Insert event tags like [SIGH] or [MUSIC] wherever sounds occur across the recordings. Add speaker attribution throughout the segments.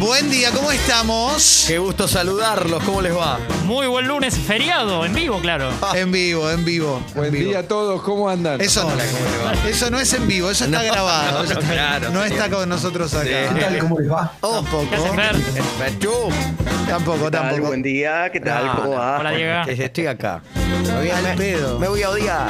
Speaker 1: Buen día, ¿cómo estamos?
Speaker 2: Qué gusto saludarlos, ¿cómo les va?
Speaker 3: Muy buen lunes, feriado, en vivo, claro.
Speaker 1: En vivo, en vivo. en
Speaker 4: Buen
Speaker 1: vivo.
Speaker 4: día a todos, ¿cómo andan?
Speaker 2: Este,
Speaker 1: Eso, eso no es en vivo, eso está
Speaker 2: No,
Speaker 1: grabado.
Speaker 2: no,
Speaker 1: eso está-
Speaker 2: claro.
Speaker 1: no está con nosotros acá.
Speaker 2: Sí. ¿Qué tal?
Speaker 5: ¿Cómo les va?
Speaker 3: ¿Qué haces,
Speaker 2: Oh.
Speaker 1: Tampoco,
Speaker 3: Fer?
Speaker 2: Pachú.
Speaker 1: tampoco,
Speaker 6: ¿Qué tal?
Speaker 1: tampoco.
Speaker 6: Buen día, ¿qué tal?
Speaker 2: No,
Speaker 6: ¿Cómo
Speaker 2: no,
Speaker 6: va?
Speaker 3: Hola, Diego.
Speaker 2: Estoy acá. Me voy a,
Speaker 1: Al
Speaker 2: me-
Speaker 1: pedo.
Speaker 2: me voy a odiar.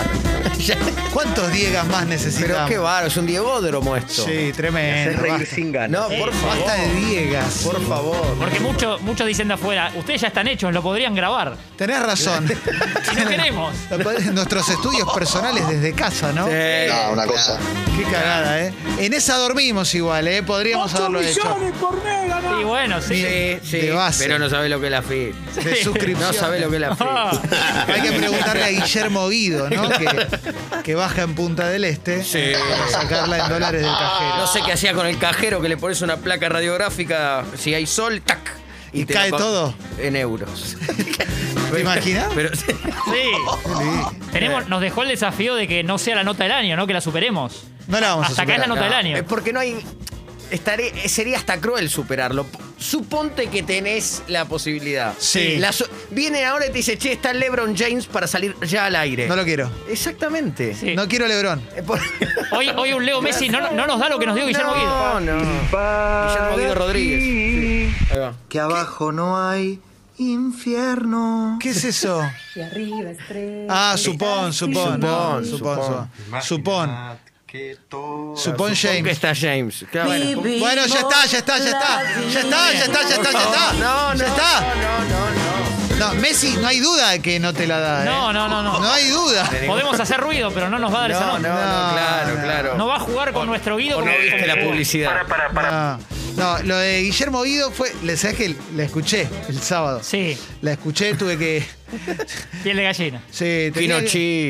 Speaker 1: ¿Cuántos Diegas más
Speaker 2: Pero
Speaker 1: necesitamos?
Speaker 2: qué bárbaro, es un diegódromo esto.
Speaker 1: Sí,
Speaker 6: Hacer
Speaker 1: tremendo.
Speaker 6: reír
Speaker 1: basta.
Speaker 6: sin ganas.
Speaker 2: No, por favor.
Speaker 1: Basta de Diegas.
Speaker 2: Por favor.
Speaker 3: Porque muchos mucho dicen de afuera, ustedes ya están hechos, lo podrían grabar.
Speaker 1: Tenés
Speaker 2: [LAUGHS]
Speaker 1: razón.
Speaker 3: Y no queremos.
Speaker 1: Lo podés- [LAUGHS] Nuestros estudios personales desde casa, ¿no?
Speaker 2: Sí.
Speaker 5: No, una cosa.
Speaker 1: Qué cagada, ¿eh? En esa dormimos igual, ¿eh? Podríamos haberlo hecho.
Speaker 3: Y bueno, sí.
Speaker 2: Sí, sí,
Speaker 1: De base.
Speaker 2: pero no sabés lo que es la FI.
Speaker 1: De suscripción.
Speaker 2: No sabés lo que es la
Speaker 3: Ah, [LAUGHS]
Speaker 2: FI.
Speaker 1: Hay que preguntarle a Guillermo Guido,
Speaker 2: [LAUGHS]
Speaker 1: ¿no? Que, que baja en Punta del Este para sacarla en dólares del cajero.
Speaker 2: No sé qué hacía con el cajero que le pones una placa radiográfica, si hay sol, tac.
Speaker 1: ¿Y
Speaker 2: te la
Speaker 1: cae
Speaker 2: co-
Speaker 1: todo?
Speaker 2: En euros.
Speaker 1: [LAUGHS]
Speaker 2: [LAUGHS]
Speaker 1: ¿Te imaginas?
Speaker 2: Pero,
Speaker 3: sí. Tenemos, nos dejó el desafío de que no sea la nota del año, ¿no? Que la superemos.
Speaker 1: No la vamos a
Speaker 3: Hasta acá es la
Speaker 1: superar.
Speaker 3: nota del
Speaker 2: Es
Speaker 3: año.
Speaker 2: porque no hay. estaré- sería hasta cruel superarlo. Suponte que tenés la posibilidad.
Speaker 1: Sí.
Speaker 2: La su- viene ahora y te dice, che, está LeBron James para salir ya al aire.
Speaker 1: No lo quiero.
Speaker 2: Exactamente.
Speaker 3: Sí.
Speaker 1: No quiero Lebrón.
Speaker 2: Eh, por-
Speaker 3: Hoy, hoy un Leo Messi no, no nos da lo que [LAUGHS] nos dio Guillermo
Speaker 2: no,
Speaker 3: Guido.
Speaker 2: No, Guillermo Guido Rodríguez. Sí. Ahí va.
Speaker 5: Que abajo no hay infierno.
Speaker 1: ¿Qué es eso?
Speaker 7: Y arriba estrella.
Speaker 1: Ah, supón, supón. no,
Speaker 2: Supón,
Speaker 1: supón, supón. Supón.
Speaker 5: Que todo.
Speaker 1: Supón
Speaker 2: ¿Dónde
Speaker 1: James.
Speaker 2: está James? Claro, bueno.
Speaker 1: Bueno, ya está, ya está, ya está. Ya está, ya está, ya está, ya está.
Speaker 2: No, no,
Speaker 1: Ya está.
Speaker 2: no, no, no.
Speaker 1: No, Messi, no hay duda de que no te la da. ¿eh?
Speaker 3: No, no, no, no.
Speaker 1: No hay duda.
Speaker 3: Podemos hacer ruido, pero no nos va a dar esa
Speaker 2: No, no,
Speaker 3: nota.
Speaker 2: no, claro,
Speaker 1: no.
Speaker 2: claro.
Speaker 3: No va a jugar con nuestro Guido.
Speaker 2: O no
Speaker 3: como-
Speaker 2: viste la
Speaker 3: como-
Speaker 2: publicidad.
Speaker 1: No, no, lo de Guillermo Guido fue. Le sabes que la escuché el sábado.
Speaker 3: Sí,
Speaker 1: La escuché, tuve que.
Speaker 3: piel de gallina.
Speaker 1: Sí,
Speaker 2: Kino
Speaker 1: tenía, que,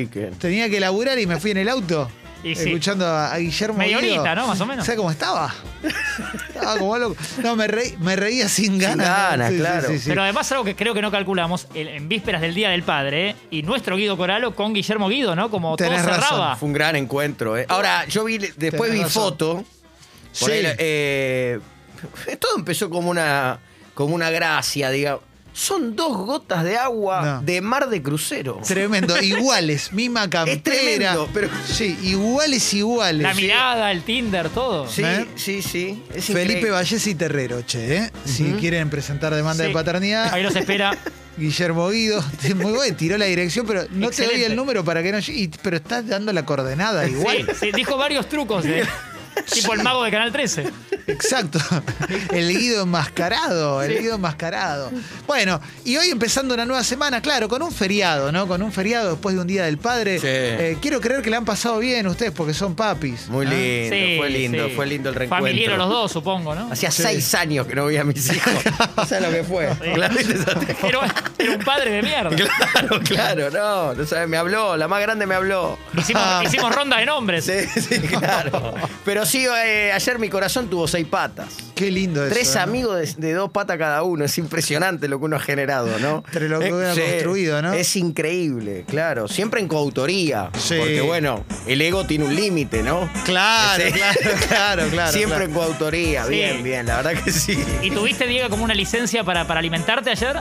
Speaker 2: Chicken.
Speaker 1: tenía que laburar y me fui en el auto.
Speaker 3: Y sí.
Speaker 1: Escuchando a, a Guillermo
Speaker 3: Media
Speaker 1: Guido.
Speaker 3: horita, ¿no? Más o menos.
Speaker 1: ¿Sabes cómo estaba? Estaba como loco. No, me, reí- me reía sin ganas.
Speaker 2: ganas,
Speaker 1: Sí, sí,
Speaker 2: claro.
Speaker 1: sí, sí.
Speaker 3: Pero además algo que creo que no calculamos, el- en vísperas del Día del Padre, ¿eh? y nuestro Guido Coralo con Guillermo Guido, ¿no? Como todo
Speaker 1: Tenés razón.
Speaker 3: cerraba.
Speaker 2: Ah, Fue un gran encuentro. eh. Ahora, yo vi, después
Speaker 1: Tenés
Speaker 2: vi
Speaker 1: razón.
Speaker 2: foto.
Speaker 1: Sí.
Speaker 2: Por ahí, eh, todo empezó como una, como una gracia, digamos. Son dos gotas de agua
Speaker 1: No.
Speaker 2: de mar de crucero.
Speaker 1: Tremendo, iguales, misma campera.
Speaker 2: tremendo, pero-
Speaker 1: Sí, iguales, iguales.
Speaker 3: La mirada, el Tinder, todo.
Speaker 2: Sí,
Speaker 1: ¿Eh?
Speaker 2: sí, sí. Es
Speaker 1: Felipe
Speaker 2: increíble.
Speaker 1: Vallés y Terrero, che, ¿eh? Si quieren presentar demanda
Speaker 3: Sí.
Speaker 1: de paternidad,
Speaker 3: Ahí los espera.
Speaker 1: Guillermo Guido, [LAUGHS] muy bueno, tiró la dirección, pero no te doy
Speaker 3: Excelente.
Speaker 1: el número para que no llegue. Y- Pero estás dando la coordenada
Speaker 3: Sí,
Speaker 1: igual.
Speaker 3: sí, dijo varios trucos. ¿eh? Tipo el mago de Canal 13.
Speaker 1: Exacto. El Guido enmascarado, el Guido enmascarado. Bueno, y hoy empezando una nueva semana, claro, con un feriado, ¿no? Con un feriado después de un Día del Padre.
Speaker 2: Sí.
Speaker 1: Eh, quiero creer que la han pasado bien ustedes porque son papis.
Speaker 2: Muy
Speaker 1: ¿no?
Speaker 2: lindo,
Speaker 3: Sí,
Speaker 2: fue lindo,
Speaker 3: sí.
Speaker 2: fue lindo el reencuentro.
Speaker 3: Familiero los dos, supongo, ¿no?
Speaker 2: Hacía seis años que no veía
Speaker 1: [LAUGHS]
Speaker 2: a mis hijos. o sea, lo que fue. Claro,
Speaker 3: Pero era un padre de mierda.
Speaker 2: claro, [LAUGHS] claro, no. No sabes, me habló, la más grande me habló.
Speaker 3: Hicimos, hicimos ronda de nombres.
Speaker 1: [LAUGHS]
Speaker 2: Sí, sí, claro. Pero sí, eh, ayer mi corazón tuvo seis patas.
Speaker 1: Qué lindo eso. ¿eh?
Speaker 2: Tres
Speaker 1: ¿no?
Speaker 2: amigos de, de dos patas cada uno. Es impresionante lo que uno ha generado, ¿no?
Speaker 1: Entre lo que
Speaker 2: Eh,
Speaker 1: uno ha construido, ¿no?
Speaker 2: Es increíble, claro. Siempre en coautoría.
Speaker 1: Sí.
Speaker 2: Porque, bueno, el ego tiene un límite, ¿no?
Speaker 1: Claro,
Speaker 2: Sí.
Speaker 1: claro, claro, claro.
Speaker 2: Siempre
Speaker 1: claro.
Speaker 2: en coautoría.
Speaker 3: Sí.
Speaker 2: Bien, bien. La verdad que sí.
Speaker 3: ¿Y tuviste, Diego, como una licencia para, para alimentarte ayer?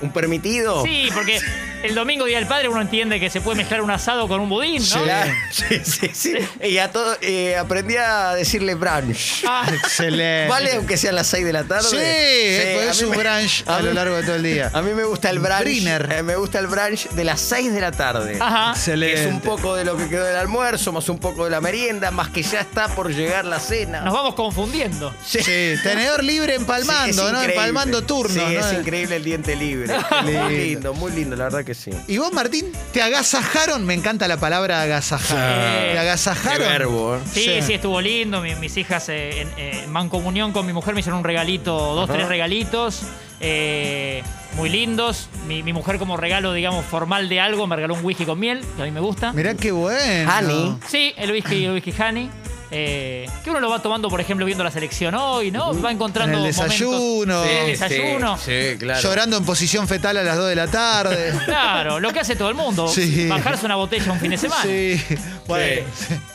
Speaker 2: ¿Un permitido?
Speaker 3: Sí, porque el domingo, Día del Padre, uno entiende que se puede mezclar un asado con un budín, ¿no?
Speaker 2: Claro. [LAUGHS] Sí, sí, sí. Y a todo, eh, aprendí a decirle brunch.
Speaker 3: Ah,
Speaker 1: Excelente.
Speaker 2: ¿Vale? Aunque sean las 6 de la tarde.
Speaker 1: Sí, eh,
Speaker 2: a
Speaker 1: es
Speaker 2: mí
Speaker 1: un
Speaker 2: me-
Speaker 1: brunch
Speaker 2: a
Speaker 1: a
Speaker 2: mí-
Speaker 1: lo largo de todo el día.
Speaker 2: A mí me gusta el brunch.
Speaker 1: Briner.
Speaker 2: eh, me gusta el brunch de las 6 de la tarde. Ah,
Speaker 3: ajá.
Speaker 2: Que
Speaker 1: Excelente.
Speaker 2: es un poco de lo que quedó del almuerzo, más un poco de la merienda, más que ya está por llegar la cena.
Speaker 3: Nos vamos confundiendo.
Speaker 1: Sí, tenedor libre empalmando,
Speaker 2: Sí, es
Speaker 1: ¿no?
Speaker 2: increíble.
Speaker 1: Empalmando turnos,
Speaker 2: Sí, es
Speaker 1: ¿no?
Speaker 2: increíble el diente libre.
Speaker 1: lindo.
Speaker 2: muy lindo, muy lindo, la verdad que sí.
Speaker 1: Y vos, Martín, te agasajaron. Me encanta la palabra agasajar.
Speaker 3: Sí.
Speaker 1: Te agasajaron.
Speaker 2: Qué verbo, ¿eh?
Speaker 3: Sí, sí, estuvo lindo. Mi- mis hijas eh, en, eh, en mancomunión con mi mujer me hicieron un regalito, dos, tres regalitos. eh, muy lindos. Mi, mi mujer como regalo, digamos, formal de algo, me regaló un whisky con miel, que a mí me gusta.
Speaker 1: Mirá qué bueno.
Speaker 2: Ani.
Speaker 3: Sí, el whisky, el whisky honey. eh, que uno lo va tomando, por ejemplo, viendo la selección hoy, ¿no? Va encontrando
Speaker 1: En el
Speaker 3: momentos-
Speaker 1: desayuno.
Speaker 3: Sí, el
Speaker 2: Sí,
Speaker 3: desayuno.
Speaker 2: Sí, sí, claro.
Speaker 1: Llorando en posición fetal a las 2 de la tarde.
Speaker 3: [LAUGHS] Claro, lo que hace todo el mundo,
Speaker 1: Sí.
Speaker 3: bajarse una botella un fin de semana.
Speaker 1: Sí. Bueno.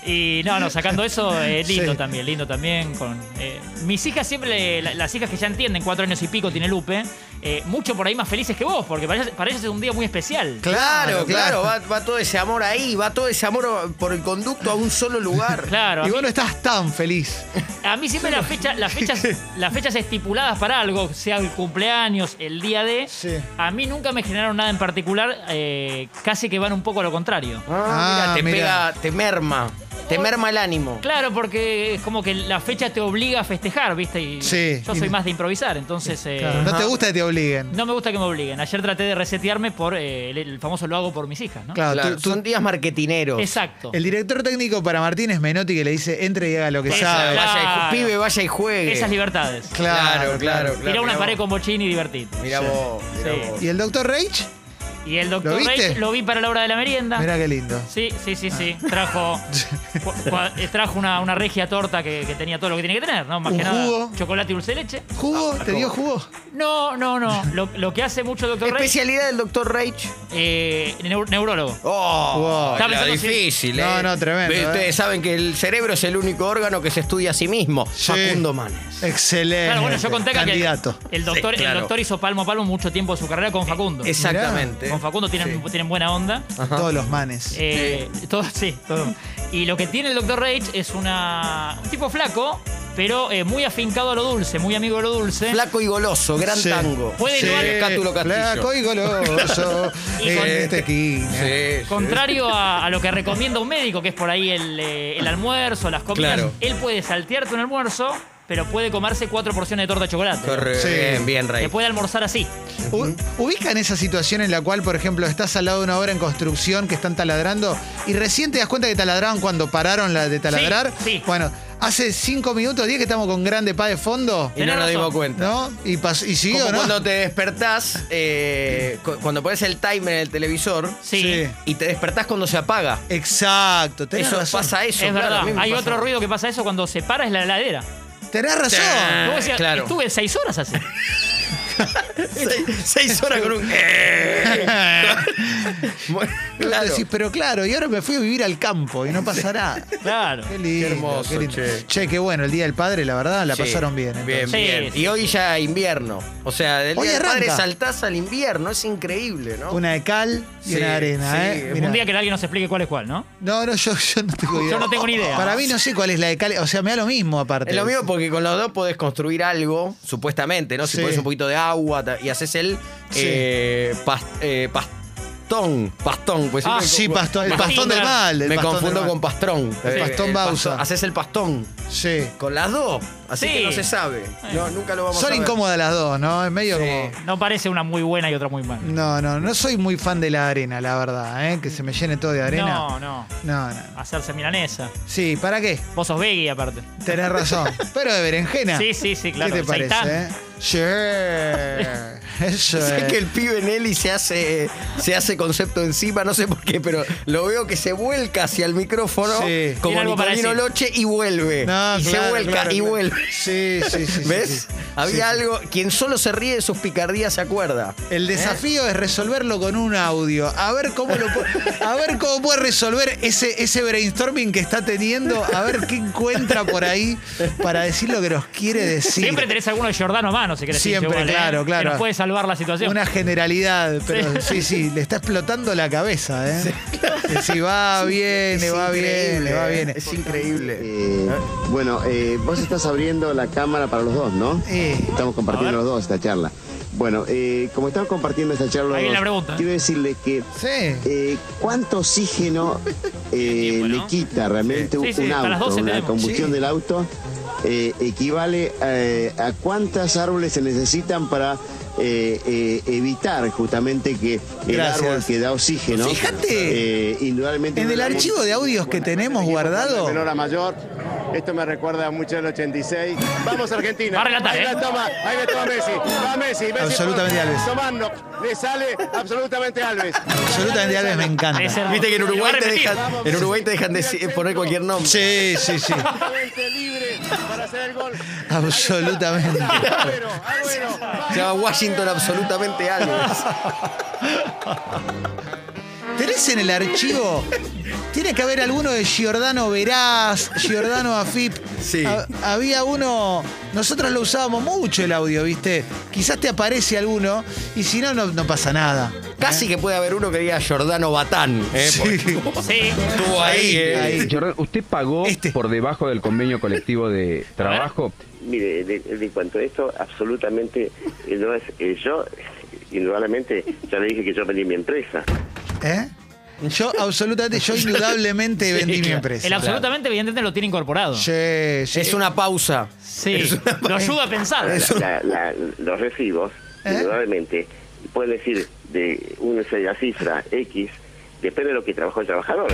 Speaker 3: Y no, no, sacando eso,
Speaker 1: [LAUGHS]
Speaker 3: eh, lindo
Speaker 1: Sí.
Speaker 3: también, lindo también. Con, eh, mis hijas siempre, le- la- las hijas que ya entienden, cuatro años y pico tiene Lupe, eh, mucho por ahí más felices que vos, porque para ellas, para ellas es un día muy especial.
Speaker 2: Claro, claro, va, va todo ese amor ahí, va todo ese amor por el conducto a un solo lugar.
Speaker 3: Claro, a
Speaker 1: Y
Speaker 3: mí,
Speaker 1: vos no estás tan feliz.
Speaker 3: a mí siempre las fechas,
Speaker 1: [LAUGHS]
Speaker 3: las fechas, las fechas estipuladas para algo, sea el cumpleaños, el día de,
Speaker 1: Sí.
Speaker 3: a mí nunca me generaron nada en particular, eh, casi que van un poco a lo contrario.
Speaker 1: Ah,
Speaker 2: mira, te
Speaker 1: mira.
Speaker 2: pega, te merma, te merma el ánimo.
Speaker 3: Claro, porque es como que la fecha te obliga a festejar, ¿viste? Y
Speaker 1: Sí.
Speaker 3: yo soy más de improvisar, entonces... eh,
Speaker 1: Claro, No te gusta que te obliguen.
Speaker 3: No me gusta que me obliguen. Ayer traté de resetearme por eh, el, el famoso lo hago por mis hijas, ¿no?
Speaker 1: Claro,
Speaker 2: Claro,
Speaker 1: tú- tú-
Speaker 2: son días marketineros.
Speaker 3: Exacto.
Speaker 1: el director técnico para Martín es Menotti que le dice entre y haga lo que
Speaker 3: Esa-
Speaker 1: sabe.
Speaker 3: la-
Speaker 2: Vaya
Speaker 3: Claro.
Speaker 2: y, pibe, vaya y juegue.
Speaker 3: Esas libertades. Mirá
Speaker 1: Claro, claro.
Speaker 3: Tirar una
Speaker 2: mirá
Speaker 3: pared
Speaker 2: vos.
Speaker 3: con bochín y divertirte.
Speaker 2: Mirá vos, mirá
Speaker 3: Sí.
Speaker 2: vos.
Speaker 1: ¿Y el doctor Reich?
Speaker 3: Y el doctor
Speaker 1: ¿Lo
Speaker 3: Reich
Speaker 1: viste?
Speaker 3: lo vi para la hora de la merienda.
Speaker 1: Mirá Ah. qué lindo.
Speaker 3: Sí, sí, sí, sí. Trajo,
Speaker 1: [LAUGHS]
Speaker 3: cua- cua- eh, trajo una, una regia torta que, que tenía todo lo que tiene que tener, ¿no? Más
Speaker 1: ¿Un
Speaker 3: que nada,
Speaker 1: jugo?
Speaker 3: chocolate y dulce de leche.
Speaker 1: ¿Jugo?
Speaker 2: Ah,
Speaker 1: ¿Te dio jugo?
Speaker 3: No, no, no. Lo, lo que hace mucho el doctor Reich,
Speaker 2: Especialidad del doctor Reich.
Speaker 3: eh, neu- neurólogo.
Speaker 2: Oh,
Speaker 1: Wow.
Speaker 2: era
Speaker 3: Está pensando si-
Speaker 2: difícil,
Speaker 1: No,
Speaker 2: eh.
Speaker 1: no, tremendo,
Speaker 2: Ve,
Speaker 1: eh.
Speaker 2: Ustedes saben que el cerebro es el único órgano que se estudia a sí mismo.
Speaker 1: Sí.
Speaker 2: Facundo Manes.
Speaker 1: Excelente.
Speaker 3: Claro, bueno, yo conté acá que el,
Speaker 1: Candidato.
Speaker 3: el doctor,
Speaker 2: Sí, claro.
Speaker 3: el doctor hizo palmo a palmo mucho tiempo de su carrera con Facundo.
Speaker 2: Exactamente.
Speaker 3: Con Facundo tienen, tienen buena onda.
Speaker 2: Ajá.
Speaker 1: Todos los manes.
Speaker 3: Eh, Todo, sí, todo. Y lo que tiene el Dr. Rage es una, un tipo flaco, pero eh, muy afincado a lo dulce, muy amigo de lo dulce.
Speaker 2: Flaco y goloso, gran
Speaker 1: Sí.
Speaker 2: tango.
Speaker 3: Puede
Speaker 2: Sí.
Speaker 3: innovar-
Speaker 2: Cátulo Castillo.
Speaker 1: Flaco y [LAUGHS] goloso.
Speaker 3: Y
Speaker 2: eh,
Speaker 1: en
Speaker 3: con-
Speaker 2: este
Speaker 1: esta esquina.
Speaker 2: Sí, sí.
Speaker 3: Contrario a, a lo que recomienda un médico, que es por ahí el, eh, el almuerzo, las comidas,
Speaker 2: Claro.
Speaker 3: él puede saltearte un almuerzo, pero puede comerse cuatro porciones de torta de chocolate.
Speaker 2: Corre-
Speaker 1: Sí.
Speaker 2: Bien, bien, Rey.
Speaker 3: Se puede almorzar así.
Speaker 1: U- ¿Ubican esa situación en la cual, por ejemplo, estás al lado de una obra en construcción que están taladrando y recién te das cuenta que taladraron cuando pararon la de taladrar?
Speaker 3: sí.
Speaker 1: Bueno, hace cinco minutos, 10 que estamos con Grande Pa de fondo,
Speaker 2: Y no
Speaker 3: Tenés
Speaker 2: nos
Speaker 3: razón.
Speaker 2: dimos cuenta.
Speaker 1: ¿no? Y, pas- y
Speaker 2: Como
Speaker 1: siguió, ¿no?
Speaker 2: cuando te despertás, eh, cu- cuando pones el timer en el televisor
Speaker 3: Sí.
Speaker 1: Sí.
Speaker 2: y te despertás cuando se apaga.
Speaker 1: Exacto, tenés
Speaker 2: Eso
Speaker 1: razón.
Speaker 2: pasa eso.
Speaker 3: es
Speaker 2: claro, a
Speaker 3: verdad.
Speaker 2: mí me
Speaker 3: Hay
Speaker 2: pasa.
Speaker 3: otro ruido que pasa eso cuando se para es la heladera.
Speaker 1: Tenés razón.
Speaker 2: Ah,
Speaker 3: Vos decías,
Speaker 2: claro.
Speaker 3: estuve seis horas
Speaker 2: [LAUGHS]
Speaker 3: así.
Speaker 2: seis, seis horas con un. eh.
Speaker 1: [LAUGHS] Claro.
Speaker 2: Bueno, claro.
Speaker 1: Decís, pero claro, y ahora me fui a vivir al campo y no pasa nada.
Speaker 3: Claro.
Speaker 1: Qué lindo.
Speaker 2: Qué hermoso,
Speaker 1: lindo.
Speaker 2: che.
Speaker 1: qué bueno, el Día del Padre, la verdad, la
Speaker 2: Sí,
Speaker 1: pasaron bien. entonces.
Speaker 2: Bien,
Speaker 3: Sí,
Speaker 2: bien.
Speaker 3: sí.
Speaker 2: Y hoy ya invierno. O sea, del
Speaker 1: Hoy
Speaker 2: día del padre
Speaker 1: arranca.
Speaker 2: saltás al invierno. Es increíble, ¿no?
Speaker 1: Una de cal y
Speaker 2: Sí,
Speaker 1: una de arena,
Speaker 2: sí,
Speaker 1: ¿eh?
Speaker 2: un
Speaker 1: Mirá.
Speaker 3: Un día que alguien nos explique cuál es cuál, ¿no?
Speaker 1: No, no, yo, yo no tengo idea.
Speaker 3: Yo no tengo ni idea.
Speaker 1: Para mí no sé cuál es la de Cali. O sea, me da lo mismo aparte.
Speaker 2: Es lo mismo porque con los dos podés construir algo, supuestamente, ¿no?
Speaker 1: Sí.
Speaker 2: Si pones un poquito de agua ta- y haces el
Speaker 1: Sí.
Speaker 2: eh, pas- eh, pastón. Pastón, pues
Speaker 3: Ah,
Speaker 2: siempre-
Speaker 1: Sí, pastón, el
Speaker 3: Pastín,
Speaker 1: pastón del
Speaker 3: claro.
Speaker 1: mal. el
Speaker 2: Me
Speaker 1: pastón
Speaker 2: confundo
Speaker 1: del
Speaker 2: con
Speaker 1: mal.
Speaker 2: pastrón.
Speaker 1: El
Speaker 2: Eh,
Speaker 1: pastón Bausa.
Speaker 2: Haces el pastón
Speaker 1: Sí.
Speaker 2: con las dos. Así
Speaker 3: Sí.
Speaker 2: que no se sabe. No, nunca lo vamos a
Speaker 1: Son
Speaker 2: ver.
Speaker 1: incómodas las dos, ¿no? Es medio
Speaker 2: Sí.
Speaker 1: como.
Speaker 3: No parece una muy buena y otra muy mala.
Speaker 1: No, no, no soy muy fan de la arena, la verdad, ¿eh? Que se me llene todo de arena.
Speaker 3: No, no.
Speaker 1: No, no.
Speaker 3: Hacerse milanesa.
Speaker 1: Sí, ¿para qué?
Speaker 3: Vos sos veggie, aparte.
Speaker 1: Tenés
Speaker 2: [LAUGHS]
Speaker 1: razón. Pero de berenjena.
Speaker 3: Sí, sí, sí, claro.
Speaker 1: ¿Qué te parece?
Speaker 3: Seitán.
Speaker 1: eh?
Speaker 2: [LAUGHS]
Speaker 1: Sí. Eso
Speaker 2: Sé
Speaker 1: es.
Speaker 2: que el pibe Nelly se hace, se hace concepto encima, no sé por qué, pero lo veo que se vuelca hacia el micrófono
Speaker 1: Sí.
Speaker 2: como
Speaker 3: Tiene algo para
Speaker 2: Nicolino
Speaker 3: decir.
Speaker 2: Loche y [LAUGHS] vuelve.
Speaker 1: No,
Speaker 2: y
Speaker 1: claro,
Speaker 2: se vuelca
Speaker 1: claro,
Speaker 2: y
Speaker 1: claro.
Speaker 2: vuelve.
Speaker 1: Sí, sí, sí. sí,
Speaker 2: ¿Ves?
Speaker 1: sí.
Speaker 2: Había
Speaker 1: Sí, sí.
Speaker 2: algo. ¿Eh? Quien solo se ríe de sus picardías se acuerda.
Speaker 1: El desafío es resolverlo con un audio. A ver cómo lo pu- a ver cómo puede resolver ese, ese brainstorming que está teniendo, a ver qué encuentra por ahí para decir lo que nos quiere decir.
Speaker 3: Siempre tenés alguno de Jordano a mano, si querés.
Speaker 1: Siempre,
Speaker 3: decirte, igual, ¿eh?
Speaker 1: claro, claro.
Speaker 3: Que nos puede salvar la situación.
Speaker 1: una generalidad, pero sí. sí, le está explotando la cabeza, ¿eh? Sí, va, viene,
Speaker 2: Es
Speaker 1: va, viene,
Speaker 2: increíble,
Speaker 1: va,
Speaker 2: eh.
Speaker 1: viene.
Speaker 2: Es increíble.
Speaker 4: Eh, bueno, eh, vos estás abriendo la cámara para los dos, ¿no?
Speaker 1: Eh.
Speaker 4: Estamos
Speaker 3: A
Speaker 4: compartiendo
Speaker 3: ver.
Speaker 4: los dos esta charla. Bueno, eh, como estamos compartiendo esta charla, los
Speaker 3: Ahí
Speaker 4: dos,
Speaker 3: la pregunta.
Speaker 4: quiero decirle que
Speaker 1: Sí.
Speaker 4: eh, cuánto oxígeno
Speaker 1: [LAUGHS]
Speaker 4: eh,
Speaker 3: Tiempo, ¿no?
Speaker 4: le quita realmente
Speaker 3: Sí,
Speaker 4: un
Speaker 3: sí, hasta las
Speaker 4: auto,
Speaker 3: 12
Speaker 4: una
Speaker 3: tenemos.
Speaker 4: combustión
Speaker 1: Sí.
Speaker 4: del auto, eh, equivale eh, a cuántas árboles se necesitan para eh, eh, evitar justamente que el
Speaker 1: Gracias.
Speaker 4: árbol que da oxígeno,
Speaker 1: Fíjate,
Speaker 4: eh, indudablemente
Speaker 1: en el
Speaker 4: no da
Speaker 1: archivo de audios que tenemos
Speaker 4: Seguimos con el
Speaker 1: guardado,
Speaker 4: Menor a mayor,
Speaker 6: Esto me recuerda mucho al 86. Vamos Argentina.
Speaker 3: Va a relatar,
Speaker 6: ahí
Speaker 3: ¿eh?
Speaker 6: la toma, ahí la toma Messi. Va Messi, Messi
Speaker 1: Absolutamente
Speaker 6: por-
Speaker 1: Alves.
Speaker 6: Tomando, le sale absolutamente Alves.
Speaker 1: Absolutamente Alves me encanta.
Speaker 3: Ese-
Speaker 2: Viste que en
Speaker 3: lo va a
Speaker 2: Uruguay te
Speaker 3: repetir.
Speaker 2: dejan, en Uruguay te dejan deci- poner cualquier nombre.
Speaker 1: Sí, sí,
Speaker 3: [LAUGHS]
Speaker 1: sí.
Speaker 6: Absolutamente libre para hacer el gol.
Speaker 1: Absolutamente.
Speaker 6: Agüero, Agüero, va.
Speaker 2: Se llama Washington
Speaker 1: [LAUGHS]
Speaker 2: absolutamente Alves.
Speaker 1: ¿Tenés en el archivo? Tiene que haber alguno de Giordano Veraz, Giordano Afip.
Speaker 2: Sí.
Speaker 1: Ha- había uno. Nosotros lo usábamos mucho el audio, ¿viste? Quizás te aparece alguno y si no, no, no pasa nada.
Speaker 2: Casi que puede haber uno que diga Jordano Batán. ¿eh? Porque
Speaker 1: Sí. [LAUGHS]
Speaker 3: Sí.
Speaker 2: Estuvo ahí, ¿eh?
Speaker 1: Ahí.
Speaker 8: Jordan, ¿usted pagó
Speaker 1: Este.
Speaker 8: por debajo del convenio colectivo de trabajo?
Speaker 9: Mire, de, de cuanto a esto, absolutamente eh, no es. eh, yo, indudablemente, ya le dije que yo vendí
Speaker 1: [LAUGHS]
Speaker 9: mi empresa.
Speaker 1: ¿Eh? Yo absolutamente, yo indudablemente vendí mi
Speaker 2: claro.
Speaker 1: empresa.
Speaker 3: El absolutamente, evidentemente, lo tiene incorporado. Sí.
Speaker 1: Sí, sí.
Speaker 2: Es una pausa.
Speaker 3: Lo ayuda a pensar.
Speaker 9: La- la- los recibos,
Speaker 1: ¿Eh?
Speaker 9: indudablemente, pueden decir de una la cifra X, depende de lo que trabajó el trabajador.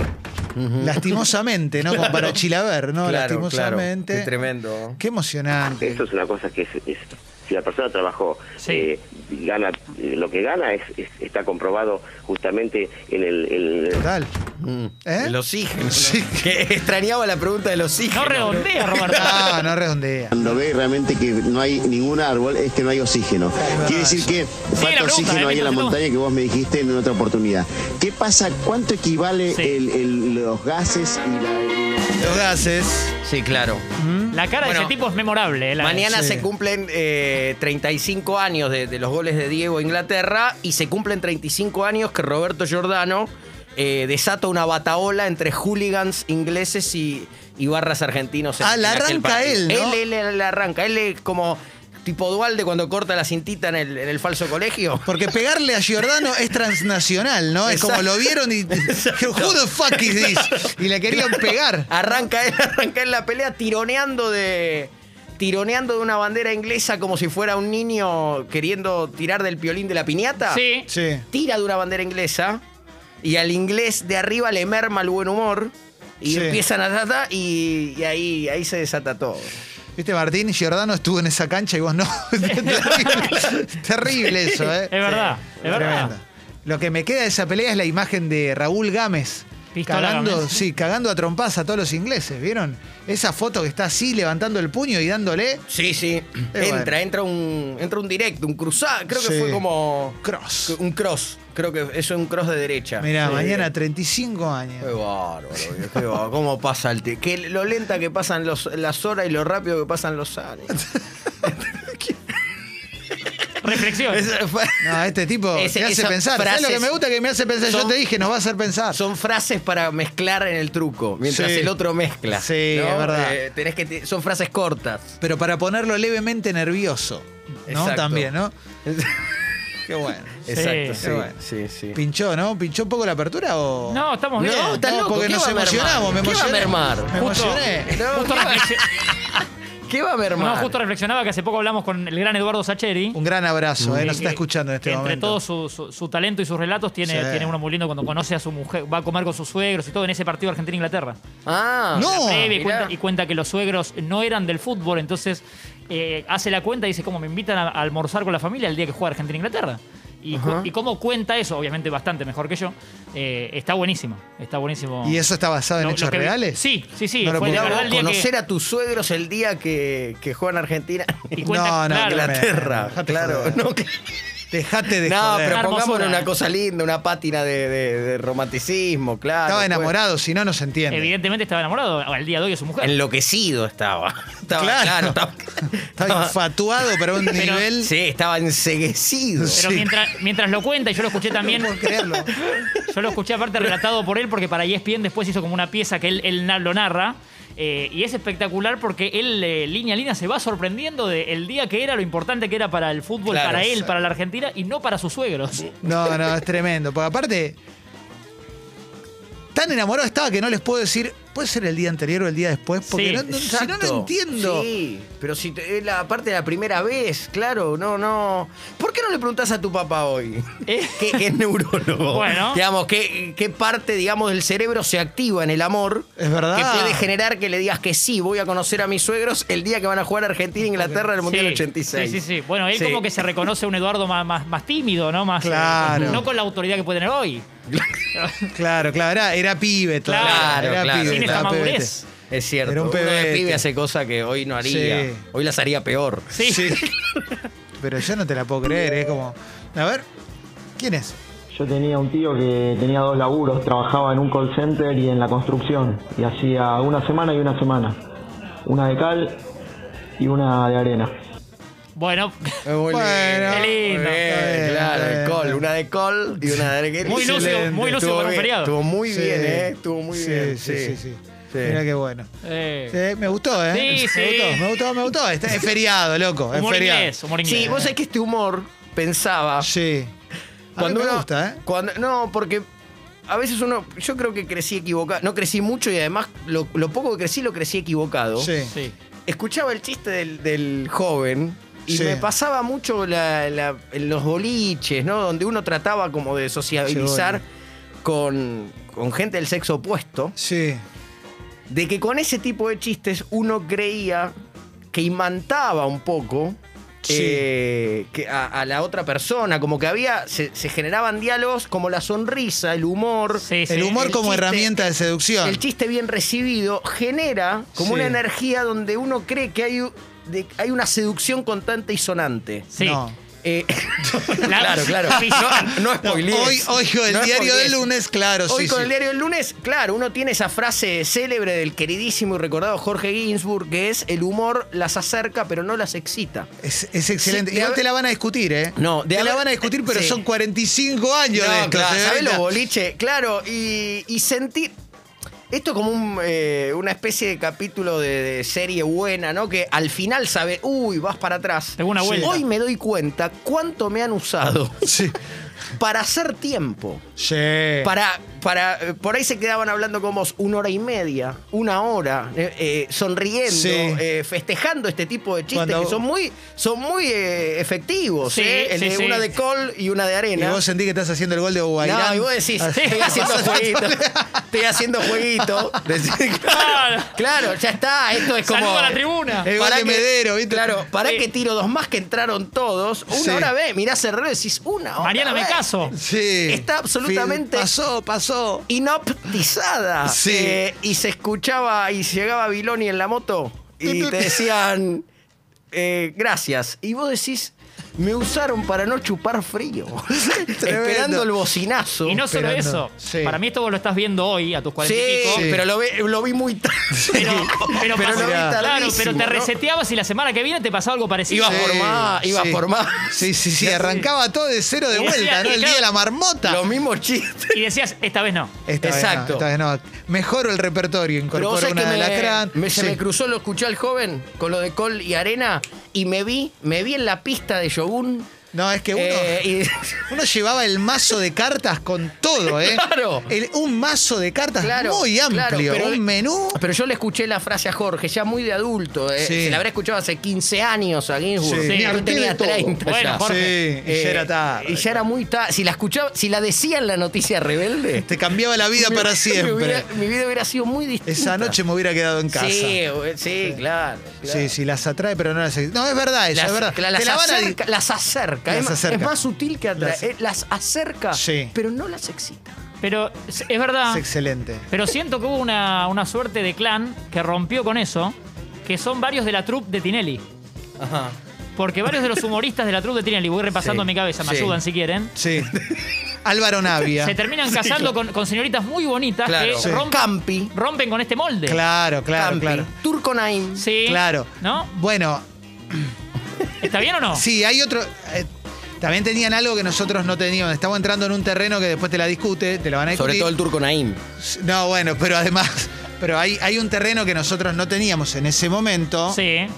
Speaker 1: Lastimosamente, ¿no? Como para Chilaver, ¿no?
Speaker 2: Claro,
Speaker 1: Lastimosamente.
Speaker 2: claro. Qué tremendo.
Speaker 1: Qué emocionante.
Speaker 9: Eso es una cosa que es. es- si la persona trabajó
Speaker 3: Sí.
Speaker 9: eh, y gana eh, lo que gana, es, es- está comprobado justamente en el. en el-
Speaker 1: Total.
Speaker 2: Mm.
Speaker 1: ¿Eh?
Speaker 2: El oxígeno.
Speaker 1: [LAUGHS]
Speaker 2: ¿no?
Speaker 1: Sí.
Speaker 2: Que extrañaba la pregunta del oxígeno.
Speaker 3: No redondea, Roberto.
Speaker 1: Ah, No, no redondea.
Speaker 4: Cuando ve realmente que no hay ningún árbol, es que no hay oxígeno. Quiere decir que
Speaker 3: la
Speaker 4: falta
Speaker 3: pregunta,
Speaker 4: oxígeno
Speaker 3: ¿eh?
Speaker 4: ahí en la
Speaker 3: Mientras
Speaker 4: montaña que vos me dijiste en otra oportunidad. ¿Qué pasa? ¿Cuánto equivale
Speaker 3: Sí.
Speaker 4: el- el- los gases y la...
Speaker 1: Los gases.
Speaker 2: Sí, claro.
Speaker 3: La cara
Speaker 2: Bueno,
Speaker 3: de ese tipo es memorable. eh, la-
Speaker 2: Mañana
Speaker 1: sí.
Speaker 2: se cumplen eh, 35 años de, de los goles de Diego a Inglaterra y se cumplen 35 años que Roberto Giordano eh, desata una bataola entre hooligans ingleses y, y barras argentinos. en-
Speaker 1: Ah, la
Speaker 2: en aquel
Speaker 1: arranca
Speaker 2: partido.
Speaker 1: él, ¿no?
Speaker 2: Él, él la arranca. Él es como tipo Dualde cuando corta la cintita en el, en el
Speaker 1: [LAUGHS]
Speaker 2: falso colegio.
Speaker 1: Porque pegarle a Giordano es transnacional, ¿no? Es como
Speaker 2: Exacto.
Speaker 1: lo vieron y. [LAUGHS] Who the fuck is this? Y le querían pegar.
Speaker 2: Arranca él, arranca él la pelea tironeando de. Tironeando de una bandera inglesa como si fuera un niño queriendo tirar del piolín de la piñata.
Speaker 3: Sí.
Speaker 1: Sí.
Speaker 2: tira de una bandera inglesa y al inglés de arriba le merma el buen humor y
Speaker 1: Sí.
Speaker 2: empiezan a tratar y, y ahí, ahí se desata todo.
Speaker 1: Viste, Martín, Giordano estuvo en esa cancha y vos no. [LAUGHS] terrible, terrible eso, ¿eh?
Speaker 3: Es verdad, es verdad.
Speaker 1: Lo que me queda de esa pelea es la imagen de Raúl Gámez.
Speaker 3: Pistola
Speaker 1: Cagando,
Speaker 3: Gámez.
Speaker 1: sí, cagando a trompadas a todos los ingleses, ¿vieron? Esa foto que está así levantando el puño y dándole
Speaker 2: Sí, sí.
Speaker 1: bueno.
Speaker 2: entra, entra un entra un directo, un cruzado, creo que
Speaker 1: Sí.
Speaker 2: fue como
Speaker 1: cross.
Speaker 2: un cross, creo que eso es un cross de derecha.
Speaker 1: Mirá,
Speaker 2: Sí.
Speaker 1: mañana 35 años.
Speaker 2: Qué bárbaro, viejo, qué bárbaro. ¿Cómo pasa el tiempo? Lo lenta que pasan los- las horas y lo rápido que pasan los años.
Speaker 1: [LAUGHS]
Speaker 3: Reflexión.
Speaker 2: Esa fue-
Speaker 1: No, este tipo
Speaker 2: Ese-
Speaker 1: me hace
Speaker 2: esas
Speaker 1: pensar. ¿Sabés lo que
Speaker 2: frases
Speaker 1: me gusta que me hace pensar? Yo
Speaker 2: son-
Speaker 1: te dije, nos va a hacer pensar.
Speaker 2: Son frases para mezclar en el truco, mientras
Speaker 1: Sí.
Speaker 2: el otro mezcla.
Speaker 1: Sí,
Speaker 2: ¿no?
Speaker 1: es verdad.
Speaker 2: Eh, tenés que te- son frases cortas.
Speaker 1: Pero para ponerlo levemente nervioso. ¿No?
Speaker 2: Exacto.
Speaker 1: También,
Speaker 2: [LAUGHS]
Speaker 1: ¿no? Qué bueno.
Speaker 2: Exacto, sí,
Speaker 1: Qué bueno.
Speaker 2: sí, sí.
Speaker 1: Pinchó, ¿no? ¿Pinchó un poco la apertura o.?
Speaker 3: No, estamos bien.
Speaker 2: No, está- estás loco,
Speaker 1: porque
Speaker 2: ¿qué
Speaker 1: nos
Speaker 2: va a mermar?
Speaker 1: emocionamos, me
Speaker 2: ¿Qué va a
Speaker 1: emocioné.
Speaker 2: mermar?
Speaker 1: Me
Speaker 3: Justo.
Speaker 1: emocioné.
Speaker 2: No,
Speaker 1: [LAUGHS]
Speaker 3: Justo
Speaker 2: ¿qué, va,
Speaker 3: reflexio-
Speaker 2: qué va a mermar?
Speaker 3: No, justo reflexionaba que hace poco hablamos con el gran Eduardo Sacheri.
Speaker 1: Un gran abrazo, ¿eh?
Speaker 3: que-
Speaker 1: Nos está escuchando en este
Speaker 3: que
Speaker 1: momento.
Speaker 3: Entre todo su, su- su talento y sus relatos, tiene,
Speaker 1: Sí.
Speaker 3: tiene uno muy lindo cuando conoce a su mujer, va a comer con sus suegros y todo en ese partido Argentina-Inglaterra.
Speaker 2: Ah,
Speaker 1: No.
Speaker 3: La previa y,
Speaker 2: mirá.
Speaker 3: cuenta, y cuenta que los suegros no eran del fútbol, entonces eh, hace la cuenta y dice cómo me invitan a, a almorzar con la familia el día que juega Argentina-Inglaterra. Y, cu- y cómo cuenta eso, obviamente bastante mejor que yo, eh, está buenísimo. Está buenísimo.
Speaker 1: ¿Y eso está basado en
Speaker 3: Lo- lo
Speaker 1: hechos
Speaker 3: que vi-
Speaker 1: reales?
Speaker 3: Sí, sí, sí.
Speaker 1: No lo
Speaker 3: fue de
Speaker 1: puedo
Speaker 3: verdad
Speaker 1: creer.
Speaker 3: el día que-
Speaker 2: conocer a tus suegros el día que, que juegan Argentina. [LAUGHS]
Speaker 3: y
Speaker 1: No, no,
Speaker 3: cuenta, claro,
Speaker 1: claro.
Speaker 2: Inglaterra,
Speaker 1: Dejate
Speaker 2: claro.
Speaker 1: joder.
Speaker 2: [LAUGHS] No, claro.
Speaker 1: Dejate de.
Speaker 2: No,
Speaker 1: joder.
Speaker 2: pero
Speaker 3: Una
Speaker 2: pongámosle
Speaker 3: hermosura.
Speaker 2: una cosa linda, una pátina de, de- de romanticismo, claro.
Speaker 1: Estaba
Speaker 2: Fue-
Speaker 1: enamorado, si no, no se entiende.
Speaker 3: evidentemente estaba enamorado al día de hoy de su mujer.
Speaker 2: Enloquecido estaba. [LAUGHS] Estaba,
Speaker 1: Claro.
Speaker 2: claro. estaba,
Speaker 1: Estaba
Speaker 2: [LAUGHS]
Speaker 1: infatuado, pero a un
Speaker 3: Pero-
Speaker 1: nivel.
Speaker 2: sí, estaba enseguecido.
Speaker 3: Pero
Speaker 1: Sí.
Speaker 3: mientras, mientras lo cuenta, y yo lo escuché también,
Speaker 1: No puedo creerlo.
Speaker 3: [LAUGHS] yo lo escuché aparte relatado por él, porque para E ESPN después hizo como una pieza que él, él na- lo narra. eh, y es espectacular porque él, eh, línea a línea, se va sorprendiendo del día que era, lo importante que era para el fútbol,
Speaker 2: Claro,
Speaker 3: para él,
Speaker 2: exacto.
Speaker 3: para la Argentina y no para sus suegros.
Speaker 1: No, no, es tremendo. Porque aparte. Tan enamorado estaba que no les puedo decir, puede ser el día anterior o el día después, porque
Speaker 3: Sí,
Speaker 1: no, no- si no, no
Speaker 2: Exacto.
Speaker 1: entiendo.
Speaker 2: Sí, pero si te- es la parte de la primera vez, claro, no, no. ¿Por qué no le preguntás a tu papá hoy?
Speaker 3: [LAUGHS]
Speaker 2: [LAUGHS]
Speaker 3: Eh.
Speaker 2: Que, que es neurólogo.
Speaker 3: Bueno.
Speaker 2: Digamos, ¿qué, qué parte, digamos, del cerebro se activa en el amor?
Speaker 1: Es verdad.
Speaker 2: Que puede generar que le digas que sí, voy a conocer a mis suegros el día que van a jugar Argentina e Inglaterra en el Mundial
Speaker 3: Sí,
Speaker 2: 86.
Speaker 3: Sí, sí, sí. Bueno, él
Speaker 2: Sí.
Speaker 3: como que se reconoce un Eduardo más, más, más tímido, ¿no? Más, eh,
Speaker 1: Claro.
Speaker 3: no con la autoridad que puede tener hoy.
Speaker 1: Claro, claro, era, era pibe, todavía,
Speaker 2: Claro,
Speaker 1: era
Speaker 2: claro.
Speaker 1: pibe,
Speaker 2: Sin esa
Speaker 1: estaba pebete.
Speaker 3: madurez.
Speaker 2: Es cierto.
Speaker 1: Era un este.
Speaker 2: Uno de
Speaker 1: pebete.
Speaker 2: pibe hace cosas que hoy no haría.
Speaker 1: Sí.
Speaker 2: Hoy las haría peor.
Speaker 3: Sí.
Speaker 1: [LAUGHS] Pero yo no te la puedo creer, es como. A ver, ¿quién es?
Speaker 10: Yo tenía un tío que tenía dos laburos, trabajaba en un call center y en la construcción, y hacía una semana y una semana, una de cal y una de arena.
Speaker 3: Bueno, [LAUGHS]
Speaker 2: Muy
Speaker 1: Bueno,
Speaker 2: lindo.
Speaker 1: qué
Speaker 2: Muy
Speaker 3: lindo.
Speaker 2: Ah, bien,
Speaker 1: Bueno,
Speaker 2: claro, el
Speaker 1: bueno.
Speaker 2: col, una de col y una de arquería.
Speaker 3: Muy lúcido,
Speaker 2: Excelente.
Speaker 3: muy lúcido
Speaker 2: Estuvo
Speaker 3: para un
Speaker 2: bien,
Speaker 3: feriado.
Speaker 2: Estuvo muy
Speaker 1: Sí.
Speaker 2: bien, ¿eh? Estuvo muy
Speaker 1: Sí,
Speaker 2: bien.
Speaker 1: Sí, sí, sí.
Speaker 2: Sí.
Speaker 1: Mira qué bueno.
Speaker 3: eh,
Speaker 1: Sí, me gustó, ¿eh?
Speaker 3: Sí,
Speaker 1: me
Speaker 3: sí.
Speaker 1: gustó, me gustó, me gustó. Está- es feriado, loco. Es
Speaker 3: humor
Speaker 1: feriado.
Speaker 3: inglés, humor inglés.
Speaker 2: Sí, vos sabés que este humor pensaba.
Speaker 1: Sí. A mí
Speaker 2: Cuando
Speaker 1: me
Speaker 2: uno-
Speaker 1: gusta, ¿eh?
Speaker 2: Cuando, no, porque a veces uno. Yo creo que crecí equivocado. No crecí mucho y además lo, lo poco que crecí lo crecí equivocado.
Speaker 1: Sí.
Speaker 3: Sí.
Speaker 2: escuchaba el chiste del, del joven y
Speaker 1: Sí.
Speaker 2: me pasaba mucho la- la- los boliches, ¿no? Donde uno trataba como de sociabilizar
Speaker 1: Sí,
Speaker 2: con, con gente del sexo opuesto.
Speaker 1: Sí.
Speaker 2: De que con ese tipo de chistes uno creía que imantaba un poco.
Speaker 1: Sí.
Speaker 2: eh, que a, a la otra persona, como que había, se, se generaban diálogos como la sonrisa, el humor,
Speaker 3: Sí, sí.
Speaker 1: El humor
Speaker 2: el
Speaker 1: como
Speaker 2: chiste-
Speaker 1: herramienta de seducción.
Speaker 2: el chiste bien recibido genera como
Speaker 1: Sí.
Speaker 2: una energía donde uno cree que hay, u- de- hay una seducción constante y sonante.
Speaker 3: Sí.
Speaker 1: No.
Speaker 2: Eh, claro, claro. No, no spoilees.
Speaker 1: Hoy, hoy con el
Speaker 2: No
Speaker 1: diario del
Speaker 2: spoilees.
Speaker 1: lunes, claro,
Speaker 2: [LAUGHS] Hoy
Speaker 1: sí.
Speaker 2: con
Speaker 1: sí.
Speaker 2: el diario del lunes, claro, uno tiene esa frase célebre del queridísimo y recordado Jorge Ginsburg, que es el humor las acerca pero no las excita.
Speaker 1: Es, es excelente.
Speaker 2: Sí,
Speaker 1: y
Speaker 2: de
Speaker 1: no te
Speaker 2: haber-
Speaker 1: la van a discutir, ¿eh?
Speaker 2: No, de
Speaker 1: te la
Speaker 2: haber-
Speaker 1: van a discutir, pero
Speaker 2: sí.
Speaker 1: son 45 años de esto.
Speaker 2: claro,
Speaker 1: se
Speaker 2: Ah, ¿sabés
Speaker 1: brinda.
Speaker 2: lo boliche? Claro, y, y sentir. Esto es como un, eh, una especie de capítulo de, de serie buena, ¿no? Que al final sabe, uy, vas para atrás.
Speaker 3: Tengo una
Speaker 2: Sí.
Speaker 3: vuelta.
Speaker 2: Hoy me doy cuenta cuánto me han usado
Speaker 1: Sí.
Speaker 2: para hacer tiempo.
Speaker 1: Sí.
Speaker 2: Para, para, eh, por ahí se quedaban hablando con vos una hora y media, una hora, eh, eh, sonriendo,
Speaker 1: Sí.
Speaker 2: eh, festejando este tipo de chistes
Speaker 1: Cuando-
Speaker 2: que son muy, son muy eh, efectivos.
Speaker 3: Sí,
Speaker 2: ¿eh? El
Speaker 3: sí,
Speaker 2: de
Speaker 3: sí.
Speaker 2: Una de col y una de
Speaker 1: y
Speaker 2: arena.
Speaker 1: vos sentís que estás haciendo el gol de Guairán.
Speaker 2: No, y vos decís,
Speaker 1: Así.
Speaker 2: estoy
Speaker 1: [LAUGHS]
Speaker 2: haciendo jueguito. Estoy haciendo jueguito. Decís, [LAUGHS] claro, claro, ya está. Esto es como. Eh,
Speaker 3: Saludo a la tribuna.
Speaker 1: El gol
Speaker 2: Pará
Speaker 1: de
Speaker 2: que-
Speaker 1: Medero, ¿viste?
Speaker 2: Claro, para
Speaker 3: Sí.
Speaker 2: que tiro dos más que entraron todos. Una
Speaker 1: Sí.
Speaker 2: hora ve, mirás el reloj y decís, una hora.
Speaker 3: Mariana, me
Speaker 2: ve.
Speaker 3: caso.
Speaker 1: Sí.
Speaker 2: Está
Speaker 1: Fil-
Speaker 2: absolutamente-
Speaker 1: Pasó, pasó.
Speaker 2: Inoptizada.
Speaker 1: Sí.
Speaker 2: Eh, y se escuchaba y llegaba Biloni en la moto y te decían, eh, gracias. Y vos decís, me usaron para no chupar [LAUGHS] frío. Esperando el bocinazo.
Speaker 3: Y no solo
Speaker 1: Pero no.
Speaker 3: eso.
Speaker 1: Sí.
Speaker 3: Para mí esto vos lo estás viendo hoy, a tus
Speaker 2: Sí,
Speaker 3: 40 y pico.
Speaker 1: Sí.
Speaker 2: Oh, pero lo, ve- lo vi muy [LAUGHS] tarde.
Speaker 3: Pero,
Speaker 2: Pero
Speaker 3: pero pasó-
Speaker 2: lo vi
Speaker 3: claro,
Speaker 2: tardísimo,
Speaker 3: pero te
Speaker 2: ¿no?
Speaker 3: reseteabas y la semana que viene te pasaba algo parecido.
Speaker 2: Ibas por
Speaker 1: Sí,
Speaker 2: más, ibas
Speaker 1: sí.
Speaker 2: por más.
Speaker 1: Sí, sí,
Speaker 2: [LAUGHS]
Speaker 1: sí. Arrancaba todo de cero de
Speaker 3: Y decía,
Speaker 1: vuelta, ¿no?
Speaker 3: y
Speaker 1: El día
Speaker 3: claro-
Speaker 1: de la marmota.
Speaker 2: Los mismos chistes.
Speaker 3: Y decías, esta vez no.
Speaker 1: Esta vez no,
Speaker 2: Exacto.
Speaker 1: esta vez no. Mejoro el repertorio,
Speaker 2: Pero
Speaker 1: incorporo
Speaker 2: vos sabés
Speaker 1: una
Speaker 2: que
Speaker 1: de
Speaker 2: me,
Speaker 1: Alacrán.
Speaker 2: me- se
Speaker 1: Sí.
Speaker 2: me cruzó, lo escuché al joven con lo de Col y Arena y me vi, me vi en la pista de Shogun.
Speaker 1: No, es que uno,
Speaker 2: eh,
Speaker 1: uno llevaba el mazo de cartas con todo, ¿eh?
Speaker 2: Claro.
Speaker 1: El- un mazo de cartas
Speaker 2: y- claro,
Speaker 1: muy amplio.
Speaker 2: claro, pero- Ah,
Speaker 1: un menú.
Speaker 2: Pero yo le escuché la frase a Jorge, ya muy de adulto. eh,
Speaker 1: Sí.
Speaker 2: Se la habré escuchado hace 15 años a Ginsburg.
Speaker 1: Sí.
Speaker 2: Yo
Speaker 1: Me harté
Speaker 2: tenía
Speaker 1: de todo.
Speaker 2: 30 ya.
Speaker 3: Bueno, Jorge.
Speaker 1: Sí, y ya
Speaker 2: Eh,
Speaker 1: era tarde.
Speaker 2: Y ya era muy tarde. Si la escuchaba, si la decía en la noticia rebelde.
Speaker 1: Te cambiaba la vida
Speaker 2: mi-
Speaker 1: para
Speaker 2: mi
Speaker 1: siempre.
Speaker 2: hubiera- Mi, vida hubiera sido muy distinta.
Speaker 1: Esa noche me hubiera quedado en casa.
Speaker 2: Sí, güey, sí, claro. claro.
Speaker 1: Sí, sí, las atrae, pero no las. No, es verdad eso,
Speaker 2: Las,
Speaker 1: es verdad.
Speaker 2: cla- las
Speaker 1: Te la van a di-
Speaker 2: acerca, las acerca.
Speaker 1: Las
Speaker 2: es, ma-
Speaker 1: acerca.
Speaker 2: es más sutil que atrae.
Speaker 1: Las-
Speaker 2: Las, las acerca,
Speaker 1: Sí.
Speaker 2: pero no las excita.
Speaker 3: Pero es es verdad.
Speaker 1: Es
Speaker 2: Ah.
Speaker 1: excelente.
Speaker 3: Pero siento que hubo una, una suerte de clan que rompió con eso, que son varios de la troupe de Tinelli.
Speaker 2: Ajá.
Speaker 3: Porque varios de los humoristas de la troupe de Tinelli, voy
Speaker 2: Sí,
Speaker 3: repasando en mi cabeza, me
Speaker 2: sí.
Speaker 3: ayudan si quieren,
Speaker 1: Sí. Álvaro Navia.
Speaker 3: se terminan casando con, con señoritas muy bonitas
Speaker 2: Claro.
Speaker 3: que
Speaker 1: Sí.
Speaker 3: rompen,
Speaker 2: Campi.
Speaker 3: rompen con este molde.
Speaker 1: Claro, claro,
Speaker 2: Campi.
Speaker 1: claro.
Speaker 2: Turco Naim.
Speaker 3: Sí.
Speaker 1: Claro.
Speaker 3: ¿No?
Speaker 1: Bueno,
Speaker 3: ¿Está bien o no?
Speaker 1: sí, hay otro. eh, también tenían algo que nosotros no teníamos. Estamos entrando en un terreno que después te la discute, te la van a discutir.
Speaker 2: Turco Naim.
Speaker 1: No, bueno, pero además. [LAUGHS] Pero hay, hay un terreno que nosotros no teníamos en ese momento.
Speaker 3: Sí.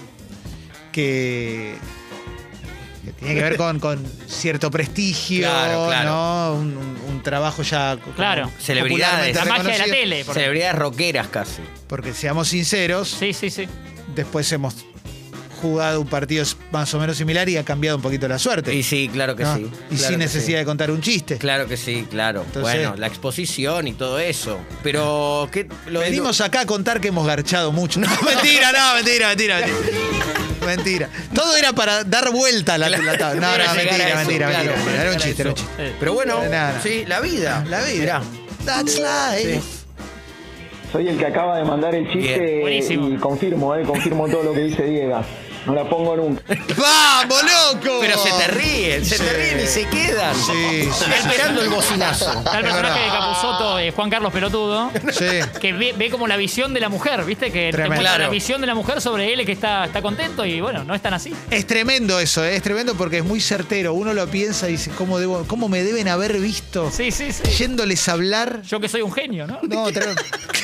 Speaker 1: Que. que tiene que ver con, con cierto prestigio,
Speaker 2: Claro, claro.
Speaker 1: ¿no? Un, un- un trabajo ya. como
Speaker 3: Claro.
Speaker 1: popularmente
Speaker 2: Celebridades.
Speaker 3: La magia de la
Speaker 1: reconocido.
Speaker 3: tele. por-
Speaker 2: Celebridades rockeras casi.
Speaker 1: Porque seamos sinceros,
Speaker 3: Sí, sí, sí.
Speaker 1: Ah, después hemos jugado un partido más o menos similar y ha cambiado un poquito la suerte.
Speaker 2: Y sí, Ah. claro que
Speaker 1: ¿no?
Speaker 2: sí.
Speaker 1: Y
Speaker 2: claro
Speaker 1: sin
Speaker 2: que
Speaker 1: necesidad de contar un chiste.
Speaker 2: sí. Claro que sí, claro.
Speaker 1: Entonces- eh,
Speaker 2: bueno, la exposición y todo eso. Pero, ¿qué? Lo de-
Speaker 1: Venimos acá a contar que hemos garchado
Speaker 2: [LAUGHS]
Speaker 1: mucho. [LAUGHS] No, mentira, no, mentira, mentira, mentira. Mentira. Todo era para dar vuelta a la, la tabla. No,
Speaker 2: Para
Speaker 1: no,
Speaker 2: llegar
Speaker 1: mentira,
Speaker 2: a eso,
Speaker 1: mentira,
Speaker 2: claro,
Speaker 1: mentira,
Speaker 2: para
Speaker 1: mentira. Era un
Speaker 2: llegar a
Speaker 1: chiste, era un
Speaker 2: eso.
Speaker 1: chiste.
Speaker 3: Eh,
Speaker 2: Pero bueno,
Speaker 1: Nada.
Speaker 2: sí, la vida.
Speaker 1: La vida.
Speaker 2: Mirá.
Speaker 1: That's life.
Speaker 10: Soy el que acaba de mandar el chiste
Speaker 3: Bien. Buenísimo.
Speaker 10: y confirmo, eh, confirmo todo lo que dice Diego. No la pongo nunca.
Speaker 1: ¡Vamos, loco!
Speaker 2: Pero se te ríen, se te
Speaker 1: Sí.
Speaker 2: ríen y se quedan.
Speaker 1: Sí, sí, sí,
Speaker 2: Esperando el bocinazo.
Speaker 3: Está el personaje de Capuzoto, eh, Juan Carlos Pelotudo.
Speaker 1: Sí.
Speaker 3: Que ve, ve como la visión de la mujer, ¿viste? Que te
Speaker 1: Tremendo.
Speaker 3: muestra la
Speaker 2: Claro.
Speaker 3: visión de la mujer sobre él que está, está contento y bueno, no es tan así.
Speaker 1: Es tremendo eso, eh, es tremendo porque es muy certero. Uno lo piensa y dice, ¿cómo, debo, cómo me deben haber visto?
Speaker 3: Sí, sí, sí.
Speaker 1: Yéndoles a hablar.
Speaker 3: Yo que soy un genio, ¿no?
Speaker 1: No, ter-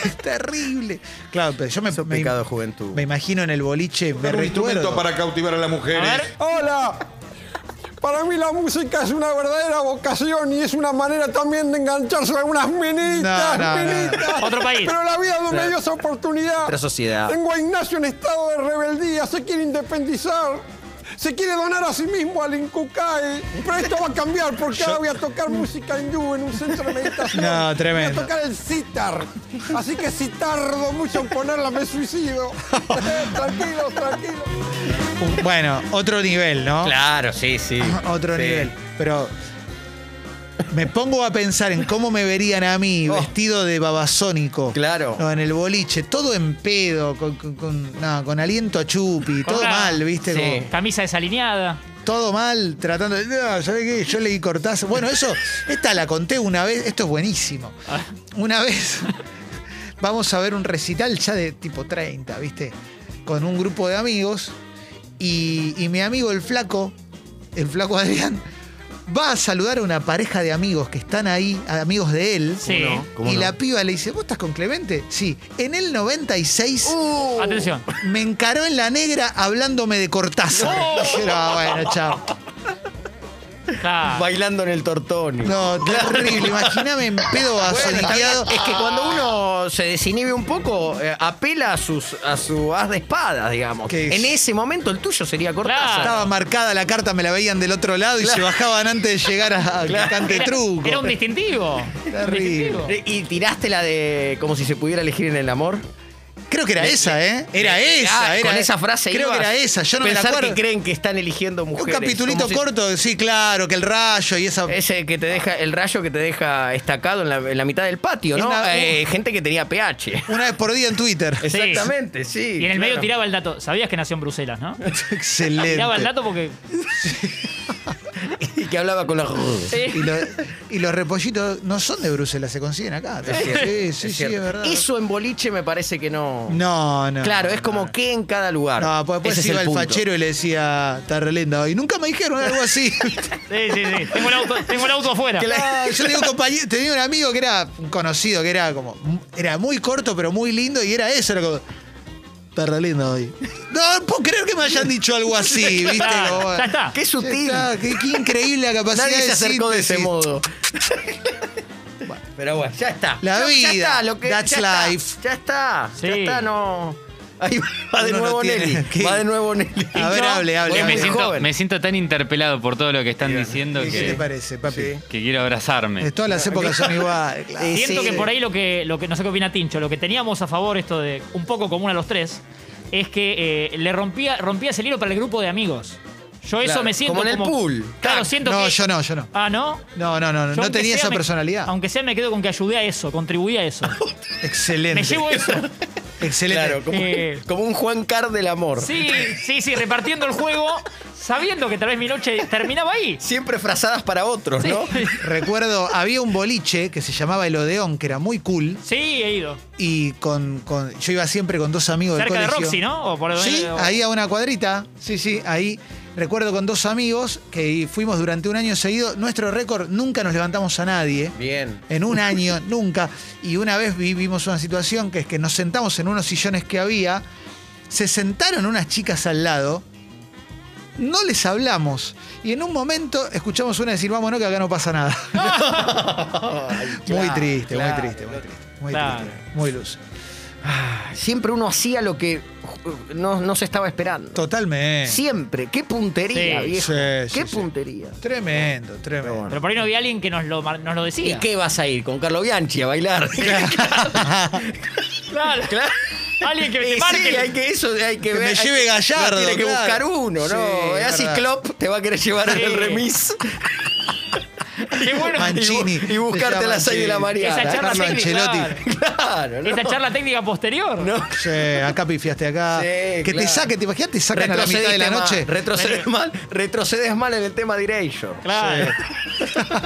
Speaker 1: qué terrible. Claro, pero yo me,
Speaker 2: Eso es
Speaker 1: me-
Speaker 2: pecado de juventud.
Speaker 1: me imagino en el boliche, me
Speaker 11: un instrumento
Speaker 1: recuerdo.
Speaker 11: para cautivar a las
Speaker 3: A
Speaker 11: mujeres.
Speaker 3: ver,
Speaker 12: Hola. Para mí la música es una verdadera vocación y es una manera también de engancharse a algunas
Speaker 1: No,
Speaker 12: menitas,
Speaker 1: no, no.
Speaker 12: menitas.
Speaker 3: Otro país.
Speaker 12: Pero la vida no me dio esa oportunidad.
Speaker 2: Otra sociedad.
Speaker 12: Tengo a Ignacio en estado de rebeldía, se quiere independizar. Se quiere donar a sí mismo al Incucay. Pero esto va a cambiar porque ahora voy a tocar música hindú en un centro de meditación.
Speaker 1: No,
Speaker 12: Voy
Speaker 1: tremendo.
Speaker 12: a tocar el sitar. Así que si tardo mucho en ponerla
Speaker 1: [LAUGHS]
Speaker 12: me suicido. tranquilo, tranquilo.
Speaker 1: Un- Bueno, otro nivel, ¿no?
Speaker 2: Claro, sí, sí.
Speaker 1: Ah, Otro
Speaker 2: Sí.
Speaker 1: nivel. Pero me pongo a pensar en cómo me verían a mí
Speaker 2: Oh.
Speaker 1: vestido de babasónico.
Speaker 2: Claro.
Speaker 1: No, en el boliche, todo en pedo, con, con- con- no, con aliento a chupi, todo
Speaker 3: la-
Speaker 1: mal, ¿viste?
Speaker 2: Sí.
Speaker 1: Como-
Speaker 3: camisa desalineada.
Speaker 1: todo mal, tratando de. No, ¿sabés qué? Yo leí cortazo. Bueno, eso, esta la conté una vez, esto es buenísimo.
Speaker 3: Ah.
Speaker 1: Una vez [LAUGHS] vamos a ver un recital ya de tipo 30, ¿viste? Con un grupo de amigos y, y mi amigo el flaco, el flaco Adrián, va a saludar a una pareja de amigos que están ahí, a- amigos de él.
Speaker 3: Sí. ¿Cómo no?
Speaker 2: ¿Cómo
Speaker 1: y
Speaker 2: no?
Speaker 1: la piba le dice, ¿vos estás con Clemente? Sí. En el 96
Speaker 3: Uh. Atención.
Speaker 1: me encaró en la negra hablándome de Cortázar. [LAUGHS]
Speaker 3: No.
Speaker 1: No, bueno, chao.
Speaker 3: Claro.
Speaker 2: Bailando en el tortón.
Speaker 1: No, terrible. Imagíname en pedo basoniqueado.
Speaker 2: Es que cuando uno se desinhibe un poco, eh, apela a, sus, a su haz de espada, digamos.
Speaker 1: ¿Qué es?
Speaker 2: En ese momento el tuyo sería Cortázar.
Speaker 3: Claro.
Speaker 1: Estaba marcada la carta, me la veían del otro lado y se bajaban antes de llegar a, a que cante
Speaker 3: Era,
Speaker 1: truco.
Speaker 3: era un distintivo. Un
Speaker 1: Terrible.
Speaker 3: distintivo.
Speaker 2: Y tiraste la de como si se pudiera elegir en el amor.
Speaker 1: Creo que era esa, ¿eh? Era esa.
Speaker 2: Ah,
Speaker 1: era,
Speaker 2: con esa frase
Speaker 1: Creo
Speaker 2: ibas.
Speaker 1: que era esa. Yo no me la
Speaker 2: Pensar
Speaker 1: acuerdo.
Speaker 2: que creen que están eligiendo
Speaker 1: Un
Speaker 2: mujeres.
Speaker 1: capitulito
Speaker 2: como si-
Speaker 1: corto, sí, claro, que el rayo y esa.
Speaker 2: Ese que te deja, el rayo que te deja estacado en la, en la mitad del patio,
Speaker 1: Es
Speaker 2: ¿no?
Speaker 1: una-
Speaker 2: Eh, gente que tenía pH.
Speaker 1: Una vez por día en Twitter. [LAUGHS]
Speaker 3: Sí.
Speaker 2: Exactamente, sí.
Speaker 3: Y en el medio
Speaker 2: claro.
Speaker 3: tiraba el dato. Sabías que nació en Bruselas, ¿no?
Speaker 1: Excelente.
Speaker 3: Tiraba el dato porque.
Speaker 2: Y que hablaba con los.
Speaker 1: Y, lo- y los repollitos no son de Bruselas, se consiguen acá. Sí, sí, sí, es, verdad.
Speaker 2: Eso en boliche me parece que no.
Speaker 1: No, no.
Speaker 2: Claro, es como que en cada lugar.
Speaker 1: No, pues después
Speaker 2: Ese es
Speaker 1: iba el,
Speaker 2: punto.
Speaker 1: fachero y le decía, está re linda hoy. Nunca me dijeron algo
Speaker 3: [LAUGHS]
Speaker 1: así.
Speaker 3: Sí, sí, sí. Tengo el auto, tengo el auto afuera.
Speaker 1: Ah, yo tenía un compañero, tenía un amigo que era un conocido, que era como, era muy corto pero muy lindo y era eso, era como, está re linda hoy. No, no puedo creer que me hayan dicho algo
Speaker 3: [LAUGHS]
Speaker 1: así, ¿viste?
Speaker 3: Ah,
Speaker 1: Como,
Speaker 3: ya está.
Speaker 2: Qué sutil.
Speaker 1: ya está, qué, qué increíble la capacidad
Speaker 2: Nadie
Speaker 1: de
Speaker 2: se acercó de ese
Speaker 1: síntesis.
Speaker 2: modo. Pero [LAUGHS] bueno, ya está.
Speaker 1: La
Speaker 2: Ya- ya
Speaker 1: vida,
Speaker 2: está, lo que-
Speaker 1: that's
Speaker 2: ya está,
Speaker 1: life.
Speaker 2: ya está. Ya
Speaker 3: Sí.
Speaker 2: está, no. Ahí va de
Speaker 1: Uno no
Speaker 2: nuevo
Speaker 1: tiene
Speaker 2: Nelly.
Speaker 1: que-
Speaker 2: Va de nuevo Nelly.
Speaker 1: A ver,
Speaker 2: No,
Speaker 1: hable, hable,
Speaker 2: porque
Speaker 1: hable.
Speaker 13: Me
Speaker 2: es muy
Speaker 13: siento,
Speaker 2: joven.
Speaker 13: me siento tan interpelado por todo lo que están diciendo
Speaker 1: ¿Qué, te
Speaker 13: que,
Speaker 1: parece, papi?
Speaker 2: Sí.
Speaker 13: que quiero abrazarme.
Speaker 1: Eh, Todas las épocas son iguales, claro.
Speaker 2: Sí,
Speaker 3: Siento
Speaker 2: sí.
Speaker 3: que por ahí lo que, lo que, no sé qué opina Tincho, lo que teníamos a favor, esto de un poco común a los tres, es que eh, le rompía, rompías el hilo para el grupo de amigos. Yo eso
Speaker 2: Claro,
Speaker 3: me siento.
Speaker 2: como en el pool.
Speaker 3: Claro,
Speaker 2: Tac.
Speaker 3: siento
Speaker 1: No,
Speaker 3: que.
Speaker 1: yo no, yo no.
Speaker 3: Ah, ¿no?
Speaker 1: No, no, no, no,
Speaker 3: Yo
Speaker 1: no
Speaker 3: aunque
Speaker 1: tenía
Speaker 3: sea
Speaker 1: esa
Speaker 3: me-
Speaker 1: personalidad.
Speaker 3: Aunque sea, me quedo con que ayudé a eso, contribuí a eso.
Speaker 1: [LAUGHS] Excelente.
Speaker 3: me llevo eso.
Speaker 1: Excelente.
Speaker 2: Claro, como,
Speaker 3: Eh.
Speaker 2: como un Juan Carr del amor.
Speaker 3: Sí, sí, sí, repartiendo el juego, sabiendo que tal vez mi noche terminaba ahí.
Speaker 2: Siempre frazadas para otros,
Speaker 3: Sí,
Speaker 2: ¿no?
Speaker 1: Recuerdo, había un boliche que se llamaba El Odeón, que era muy cool.
Speaker 3: sí he ido.
Speaker 1: Y con, con- yo iba siempre con dos amigos
Speaker 3: Cerca
Speaker 1: del
Speaker 3: de
Speaker 1: colegio.
Speaker 3: Roxy, ¿no? O por
Speaker 1: Sí,
Speaker 3: o-
Speaker 1: ahí a una cuadrita. Sí, sí, ahí. Recuerdo con dos amigos que fuimos durante un año seguido. Nuestro récord, nunca nos levantamos a nadie.
Speaker 2: Bien.
Speaker 1: En un año, nunca. Y una vez vivimos una situación que es que nos sentamos en unos sillones que había. Se sentaron unas chicas al lado. no les hablamos. Y en un momento escuchamos una decir, vámonos que acá no pasa nada. [LAUGHS] muy triste, muy triste, muy triste. Muy
Speaker 3: Claro.
Speaker 1: triste, muy luz.
Speaker 2: Siempre uno hacía lo que ju- no, no se estaba esperando.
Speaker 1: Totalmente.
Speaker 2: Siempre. Qué puntería,
Speaker 3: Sí.
Speaker 2: viejo.
Speaker 1: eh. Sí,
Speaker 2: Qué
Speaker 1: sí, sí.
Speaker 2: puntería.
Speaker 1: Tremendo, tremendo.
Speaker 3: Pero por ahí no había alguien que nos lo, mar- nos lo
Speaker 2: ¿Y
Speaker 3: decía.
Speaker 2: qué vas a ir? ¿Con Carlo Bianchi a [LAUGHS] bailar?
Speaker 3: Claro.
Speaker 2: Claro.
Speaker 3: Alguien que
Speaker 2: [LAUGHS] Y
Speaker 3: te
Speaker 2: sí,
Speaker 3: marque.
Speaker 2: hay que eso, hay que
Speaker 1: Que me
Speaker 2: ver. hay
Speaker 1: lleve
Speaker 2: que-
Speaker 1: Gallardo,
Speaker 2: lo Tiene que
Speaker 1: claro.
Speaker 2: buscar uno, ¿no?
Speaker 1: Sí,
Speaker 2: Así
Speaker 1: verdad.
Speaker 2: Klopp te va a querer llevar
Speaker 3: Sí.
Speaker 2: al remis.
Speaker 3: [LAUGHS] Qué bueno.
Speaker 1: Mancini.
Speaker 2: Y bu- y buscarte
Speaker 1: Decía
Speaker 2: a las seis de la
Speaker 1: Mancini.
Speaker 2: mañana.
Speaker 3: Esa charla
Speaker 1: Carlo
Speaker 3: técnica.
Speaker 1: Ancelotti.
Speaker 2: [LAUGHS] Claro, ¿no?
Speaker 3: Esa charla técnica posterior.
Speaker 1: Sí, acá pifiaste acá.
Speaker 2: Sí,
Speaker 1: que te
Speaker 2: claro.
Speaker 1: saque, te imaginas, te sacan a la mitad de la
Speaker 2: Retrocediste mal,
Speaker 1: noche.
Speaker 2: Retrocedes mal, retrocedes mal en el tema de Erasure.
Speaker 3: Claro. [LAUGHS]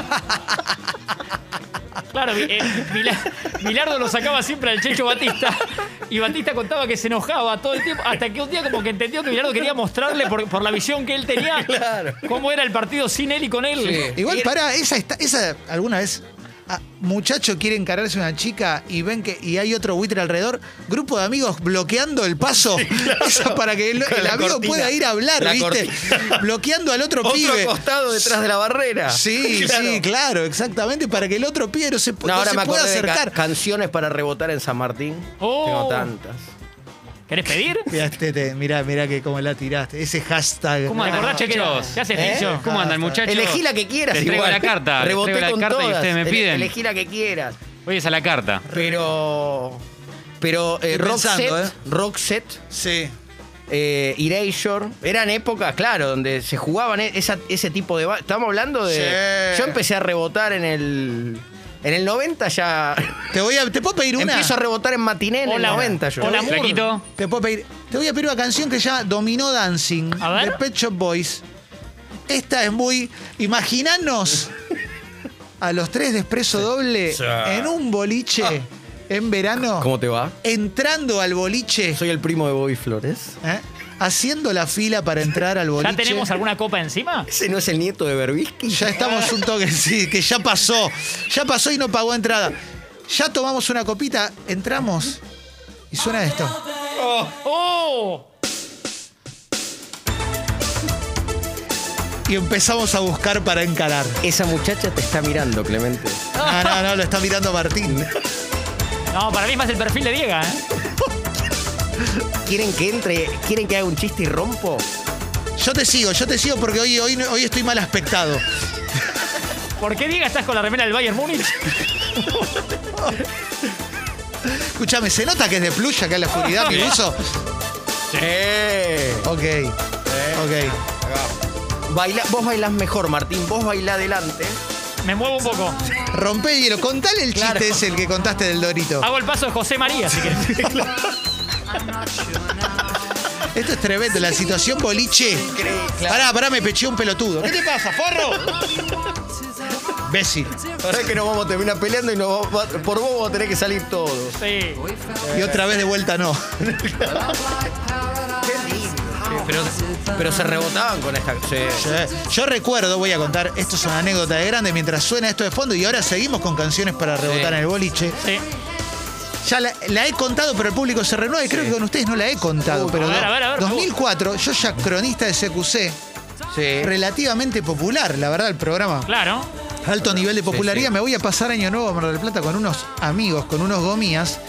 Speaker 3: Claro, eh, Mila- Milardo lo sacaba siempre al Checho Batista y Batista contaba que se enojaba todo el tiempo hasta que un día como que entendió que Milardo quería mostrarle por, por la visión que él tenía
Speaker 2: Claro.
Speaker 3: cómo era el partido sin él y con él.
Speaker 2: Sí.
Speaker 1: Igual,
Speaker 2: Y-
Speaker 1: pará, esa, está, esa alguna vez. ah, muchacho quiere encararse a una chica y ven que y hay otro buitre alrededor, grupo de amigos bloqueando el paso. Esa para que el,
Speaker 2: Con
Speaker 1: el
Speaker 2: la
Speaker 1: amigo
Speaker 2: cortina.
Speaker 1: pueda ir a hablar,
Speaker 2: La
Speaker 1: ¿viste?
Speaker 2: cortina.
Speaker 1: [LAUGHS] bloqueando al otro,
Speaker 2: Otro
Speaker 1: pibe.
Speaker 2: costado detrás de la barrera. [LAUGHS]
Speaker 1: Sí, sí, claro, exactamente, para que el otro pibe no se, pu-
Speaker 2: No,
Speaker 1: no
Speaker 2: ahora
Speaker 1: se
Speaker 2: me
Speaker 1: pueda
Speaker 2: acordé de ca-
Speaker 1: acercar.
Speaker 2: canciones para rebotar en San Martín.
Speaker 3: Oh.
Speaker 2: Tengo tantas.
Speaker 3: ¿Querés pedir?
Speaker 1: Mirá, Tete, este, mirá, mirá que cómo la tiraste. Ese hashtag.
Speaker 3: ¿Cómo
Speaker 1: Ah,
Speaker 3: acordás, Checho?
Speaker 13: muchachos.
Speaker 3: ¿Qué haces,
Speaker 2: ¿Eh?
Speaker 3: Tincho?
Speaker 13: ¿Cómo andan, muchachos?
Speaker 2: Elegí la que quieras.
Speaker 13: Les traigo
Speaker 2: igual.
Speaker 13: la carta. les
Speaker 2: Reboté
Speaker 13: traigo
Speaker 2: con
Speaker 13: la carta
Speaker 2: todas.
Speaker 13: y ustedes me
Speaker 2: Ele-
Speaker 13: piden.
Speaker 2: Elegí la que quieras.
Speaker 13: Voy a esa la carta.
Speaker 2: Pero. Pero eh,
Speaker 1: Estoy
Speaker 2: Roxette,
Speaker 1: pensando, ¿eh?
Speaker 2: Roxette,
Speaker 1: Sí.
Speaker 2: eh, Erasure, eran épocas, claro, donde se jugaban e- esa- ese tipo de... ba- Estamos hablando de...
Speaker 1: Sí.
Speaker 2: Yo empecé a rebotar en el... En el 90 ya...
Speaker 1: Te, voy a, te puedo pedir una.
Speaker 2: Empiezo a rebotar en matiné en
Speaker 3: Hola,
Speaker 2: el 90 yo.
Speaker 3: hola, Mur.
Speaker 13: Flaquito.
Speaker 1: Te puedo pedir. Te voy a pedir una canción que se llama Dominó Dancing
Speaker 3: A ver.
Speaker 1: de Pet Shop Boys. Esta es muy. Imaginanos a los tres de expreso doble en un boliche en verano.
Speaker 2: ¿Cómo te va?
Speaker 1: Entrando al boliche,
Speaker 2: Soy el primo de Bobby Flores.
Speaker 1: ¿eh? haciendo la fila para entrar al boliche.
Speaker 3: [LAUGHS] ¿Ya tenemos alguna copa encima?
Speaker 2: ¿Ese no es el nieto de Berbisky?
Speaker 1: Ya estamos un toque, sí, que ya pasó. Ya pasó y no pagó entrada. Ya tomamos una copita, entramos y suena esto.
Speaker 3: ¡Oh!
Speaker 1: Y empezamos a buscar para encarar.
Speaker 2: Esa muchacha te está mirando, Clemente.
Speaker 1: No, Ah, no, no, lo está mirando Martín.
Speaker 3: No, para mí es más el perfil de Diego, ¿eh?
Speaker 2: ¿Quieren que entre? ¿Quieren que haga un chiste y rompo?
Speaker 1: Yo te sigo, yo te sigo porque hoy, hoy, hoy estoy mal aspectado.
Speaker 3: ¿Por qué Diego estás con la remera del Bayern Múnich?
Speaker 1: Escúchame, se nota que es de fluya acá en la oscuridad, mi mozo?
Speaker 2: Sí.
Speaker 1: Ok, ok.
Speaker 2: Baila, vos bailás mejor, Martín. Vos bailá adelante.
Speaker 3: Me muevo un poco.
Speaker 1: Rompe el hielo. Contale el chiste
Speaker 2: Claro.
Speaker 1: ese, el que contaste del Dorito.
Speaker 3: Hago el paso de José María, si querés.
Speaker 1: Esto es tremendo, la situación boliche. Pará, pará, me peché un pelotudo. ¿Qué te pasa, forro? Bécil.
Speaker 2: Ahora que nos vamos a terminar peleando y nos va- va- por vos vamos a tener que salir todos.
Speaker 3: Sí.
Speaker 1: Y otra vez de vuelta no.
Speaker 2: Pero, pero se rebotaban con esta.
Speaker 1: Sí. Yo recuerdo, voy a contar, esto es una anécdota de grande, mientras suena esto de fondo y ahora seguimos con canciones para rebotar en el boliche.
Speaker 3: Sí.
Speaker 1: Ya la, la he contado, pero el público se renueva y creo que con ustedes no la he contado. pero
Speaker 3: a ver,
Speaker 1: no.
Speaker 3: a ver, a ver,
Speaker 1: 2004, yo ya cronista de CQC,
Speaker 2: Sí.
Speaker 1: relativamente popular, la verdad, el programa.
Speaker 3: Claro.
Speaker 1: Alto nivel de popularidad. Me voy a pasar Año Nuevo a Mar del Plata con unos amigos, con unos gomías.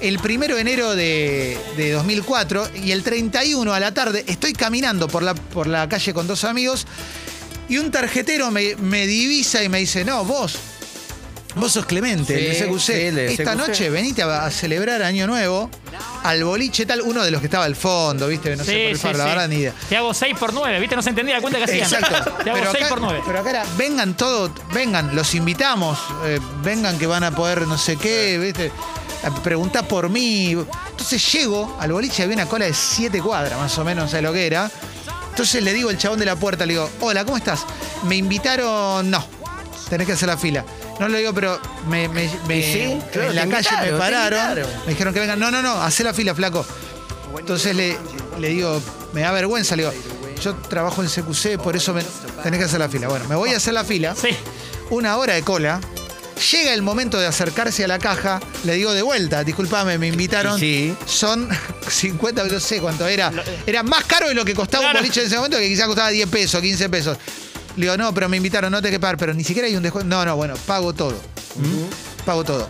Speaker 1: El primero de enero de, de 2004 y el 31 a la tarde estoy caminando por la, por la calle con dos amigos y un tarjetero me, me divisa y me dice, no, vos, vos sos Clemente,
Speaker 2: Sí,
Speaker 1: el de CQC.
Speaker 2: sí, el de
Speaker 1: Esta
Speaker 2: CQC.
Speaker 1: noche venite a, a celebrar Año Nuevo al boliche tal, uno de los que estaba al fondo, viste, no
Speaker 3: sí,
Speaker 1: sé por el
Speaker 3: sí,
Speaker 1: faro, la
Speaker 3: sí.
Speaker 1: verdad ni idea.
Speaker 3: Te hago 6 por 9, ¿viste? No se entendía la cuenta que hacían.
Speaker 1: Exacto.
Speaker 3: Te hago 6 por 9.
Speaker 1: pero acá era, vengan todo, vengan, los invitamos, eh, vengan que van a poder no sé qué, ¿viste? Ah, Preguntá por mí. Entonces llego al boliche, había una cola de siete cuadras, más o menos, de lo que era. Entonces le digo al chabón de la puerta, le digo, hola, ¿cómo estás? Me invitaron, no, tenés que hacer la fila. No lo digo, pero me, me- me-
Speaker 2: Y sí, claro,
Speaker 1: en la
Speaker 2: te
Speaker 1: calle me
Speaker 2: invitaron, te
Speaker 1: pararon,
Speaker 2: invitaron.
Speaker 1: me dijeron que vengan, no, no, no, hacé la fila, flaco. Entonces le, le digo, me da vergüenza, le digo, yo trabajo en CQC, por eso me, tenés que hacer la fila. Bueno, me voy a hacer la fila.
Speaker 3: Sí.
Speaker 1: Una hora de cola. Llega el momento de acercarse a la caja, le digo de vuelta, disculpame, me invitaron.
Speaker 2: Sí.
Speaker 1: Son [LAUGHS] 50, no sé cuánto era. Era más caro de lo que costaba un boliche en ese momento, que quizás costaba 10 pesos, 15 pesos. Le digo, no, pero me invitaron, no te que pagar, pero ni siquiera hay un descuento. No, no, bueno, pago todo. ¿Mm? Pago todo.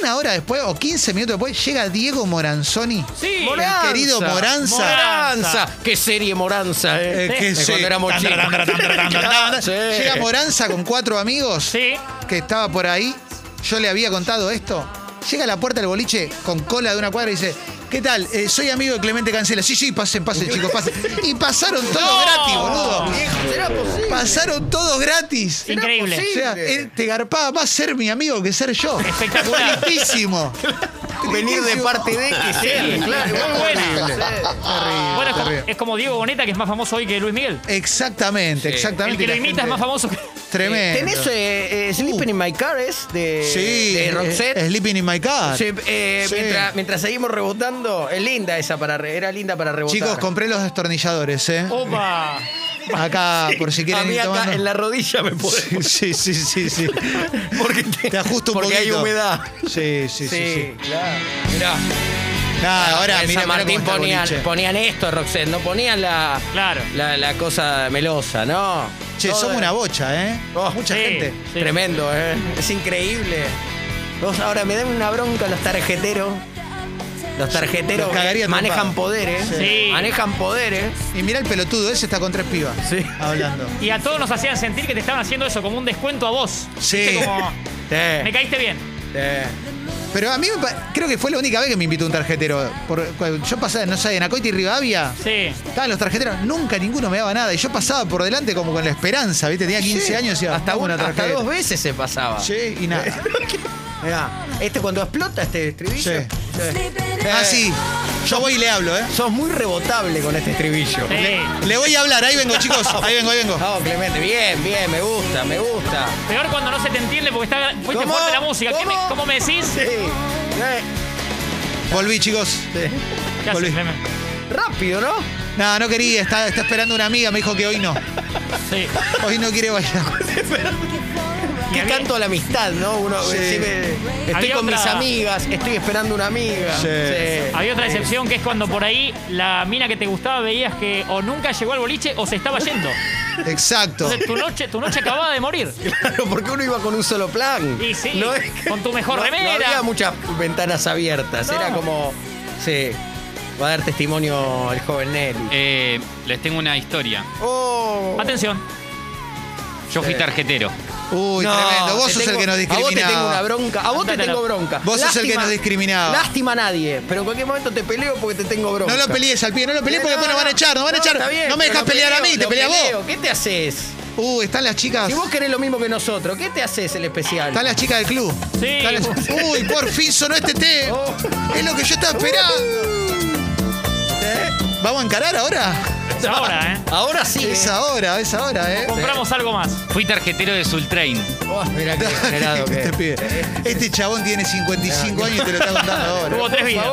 Speaker 1: Una hora después o 15 minutos después llega Diego Moranzoni.
Speaker 3: Sí,
Speaker 1: el querido Moranza.
Speaker 2: Moranza. Qué serie Moranza, ¿eh?
Speaker 1: Eh, que
Speaker 2: De
Speaker 1: sí.
Speaker 2: Cuando éramos
Speaker 1: Tan,
Speaker 2: chicos.
Speaker 1: tan, tan, tan, tan, tan, tan, tan.
Speaker 2: [LAUGHS] Sí.
Speaker 1: Llega Moranza con cuatro amigos que estaba por ahí. Yo le había contado esto. Llega a la puerta del boliche con cola de una cuadra y dice. ¿Qué tal? Eh, soy amigo de Clemente Cancela. Sí, sí, pasen, pasen, chicos, pasen. Y pasaron
Speaker 3: [LAUGHS]
Speaker 1: todos gratis, boludo.
Speaker 2: ¿Será posible?
Speaker 1: Pasaron todos gratis.
Speaker 3: ¿Será Increíble.
Speaker 1: O sea,
Speaker 2: posible?
Speaker 1: eh, te garpaba más ser mi amigo que ser yo.
Speaker 3: Espectacular. [LAUGHS]
Speaker 1: Tristísimo.
Speaker 2: Venir de parte de eh, que
Speaker 3: Sí,
Speaker 2: ser, claro.
Speaker 3: muy buena. Bueno, es como,
Speaker 1: terrible.
Speaker 3: es como Diego Boneta, que es más famoso hoy que Luis Miguel.
Speaker 1: Exactamente, exactamente.
Speaker 3: El que
Speaker 1: Y
Speaker 3: lo
Speaker 1: la
Speaker 3: imita es
Speaker 1: gente-
Speaker 3: más famoso que.
Speaker 1: Tremendo.
Speaker 2: ¿Tenés eh, eh, Sleeping in My Car es de,
Speaker 1: Uh. Sí,
Speaker 2: de Roxette?
Speaker 1: eh, Sleeping in My Car.
Speaker 2: Sí, eh,
Speaker 1: Sí.
Speaker 2: Mientras, mientras seguimos rebotando, es linda esa para re- era linda para rebotar.
Speaker 1: Chicos, compré los destornilladores,
Speaker 3: Oh,
Speaker 1: ¿eh?
Speaker 3: ¡Opa!
Speaker 1: Acá, por si
Speaker 2: a
Speaker 1: quieren
Speaker 2: mí
Speaker 1: ir
Speaker 2: acá
Speaker 1: tomando.
Speaker 2: en la rodilla me puedo.
Speaker 1: [LAUGHS] Sí, sí, sí, sí, sí.
Speaker 2: [LAUGHS] Porque, te-
Speaker 1: Te ajusto un
Speaker 2: porque hay
Speaker 1: poquito.
Speaker 2: humedad.
Speaker 1: Sí, sí, sí. sí.
Speaker 2: claro. Mirá,
Speaker 1: Nada, ahora
Speaker 2: en
Speaker 1: mira,
Speaker 2: San Martín ponían, ponían esto, Roxette, no ponían la,
Speaker 3: Claro.
Speaker 2: la, la cosa melosa, ¿no?
Speaker 1: Che,
Speaker 2: Todo
Speaker 1: somos
Speaker 2: era-
Speaker 1: una bocha, ¿eh?
Speaker 2: Oh,
Speaker 1: Mucha
Speaker 3: Sí.
Speaker 1: gente.
Speaker 2: Tremendo, ¿eh? Es increíble. Vos ahora me dan una bronca los tarjeteros. Los tarjeteros
Speaker 1: Los cagaría
Speaker 2: manejan
Speaker 1: trompado.
Speaker 2: poderes.
Speaker 3: Sí.
Speaker 2: Manejan ¿eh? poderes.
Speaker 1: Y mirá el pelotudo, ese está con tres pibas.
Speaker 2: Sí.
Speaker 1: Hablando.
Speaker 3: Y a todos nos hacían sentir que te estaban haciendo eso, como un descuento a vos.
Speaker 1: Sí.
Speaker 3: Viste, como, me
Speaker 2: Sí.
Speaker 3: caíste bien.
Speaker 1: Pero a mí me pa- creo que fue la única vez que me invitó un tarjetero. Por- cuando yo pasaba, no sé, en Acoiti y Rivadavia.
Speaker 3: Sí.
Speaker 1: Estaban los tarjeteros, nunca ninguno me daba nada. Y yo pasaba por delante como con la esperanza, ¿viste? Tenía 15 años y decía,
Speaker 2: hasta,
Speaker 1: "Dame
Speaker 2: un-
Speaker 1: una
Speaker 2: hasta
Speaker 1: tarjeta.
Speaker 2: dos veces se pasaba.
Speaker 1: Sí, y
Speaker 2: [LAUGHS]
Speaker 1: nada.
Speaker 2: Mirá, este cuando explota este estribillo.
Speaker 1: Sí.
Speaker 2: Sí.
Speaker 1: Ah, sí. Yo voy y le hablo, ¿eh?
Speaker 2: Sos muy rebotable con este estribillo.
Speaker 3: Sí.
Speaker 1: Le voy a hablar, ahí vengo, chicos. Ahí vengo, ahí vengo.
Speaker 2: Vamos, Oh, Clemente. Bien, bien, me gusta, me gusta.
Speaker 3: Peor cuando no se te entiende porque está fuiste
Speaker 2: ¿Cómo?
Speaker 3: fuerte la música. ¿Qué me-
Speaker 2: ¿Cómo?
Speaker 3: ¿Cómo? me decís?
Speaker 2: Sí. Eh,
Speaker 1: Volví, chicos.
Speaker 3: ¿Qué haces,
Speaker 1: Volví.
Speaker 3: Clemente?
Speaker 2: Rápido, ¿no?
Speaker 1: No, no quería, está, está esperando una amiga, me dijo que hoy no.
Speaker 3: Sí.
Speaker 1: Hoy no quiere bailar.
Speaker 2: Qué
Speaker 3: había-
Speaker 2: canto a la amistad, ¿no? Uno
Speaker 1: Sí.
Speaker 2: decime, estoy
Speaker 3: Había
Speaker 2: con mis
Speaker 3: otra-
Speaker 2: amigas, estoy esperando una amiga.
Speaker 1: Sí.
Speaker 3: Había otra excepción que es cuando por ahí la mina que te gustaba veías que o nunca llegó al boliche o se
Speaker 2: [LAUGHS]
Speaker 3: estaba yendo.
Speaker 1: Exacto.
Speaker 3: Entonces tu noche, tu noche acababa de morir.
Speaker 2: Claro, porque uno iba con un solo plan.
Speaker 3: Y sí,
Speaker 2: No es que-
Speaker 3: con tu mejor
Speaker 2: no-
Speaker 3: remera.
Speaker 2: No había muchas ventanas abiertas. Era
Speaker 3: No.
Speaker 2: como. Sí. Va a dar testimonio el joven Nelly.
Speaker 13: Eh, les tengo una historia.
Speaker 2: Oh.
Speaker 3: Atención.
Speaker 13: Yo fui tarjetero.
Speaker 1: Uy,
Speaker 2: No,
Speaker 1: tremendo. Vos
Speaker 2: te
Speaker 1: sos el
Speaker 2: tengo-
Speaker 1: que nos
Speaker 2: A vos te tengo una
Speaker 1: discriminaba.
Speaker 2: bronca. A vos te
Speaker 3: Andate a la-
Speaker 2: tengo bronca.
Speaker 1: Vos sos el que nos discriminaba.
Speaker 2: Lástima a nadie. Pero en cualquier momento te peleo porque te tengo bronca.
Speaker 1: No lo pelees al pie, no lo pelees porque
Speaker 2: No,
Speaker 1: después nos van a echar, nos van a echar.
Speaker 2: está bien,
Speaker 1: no me
Speaker 2: pero
Speaker 1: dejas
Speaker 2: lo
Speaker 1: pelear a
Speaker 2: peleo,
Speaker 1: mí, te
Speaker 2: lo
Speaker 1: peleas vos.
Speaker 2: peleo. ¿Qué te haces?
Speaker 1: Uh, están las chicas.
Speaker 2: Si vos querés lo mismo que nosotros, ¿qué te haces el especial?
Speaker 1: Están las chicas del club.
Speaker 3: Sí.
Speaker 1: Están las- Uy, por fin sonó este té.
Speaker 2: Oh.
Speaker 1: Es lo que yo estaba esperando.
Speaker 2: Uh.
Speaker 1: ¿Eh? ¿Vamos a encarar ahora?
Speaker 3: Ahora, ¿eh?
Speaker 2: Ahora sí.
Speaker 1: Es ahora, es ahora, ¿eh?
Speaker 3: Compramos algo más.
Speaker 13: Fui tarjetero de Sultrain.
Speaker 2: Oh, mirá qué generado que
Speaker 1: Este, pibe. Este chabón tiene 55 años y te lo está contando ahora.
Speaker 3: Tuvo tres vidas.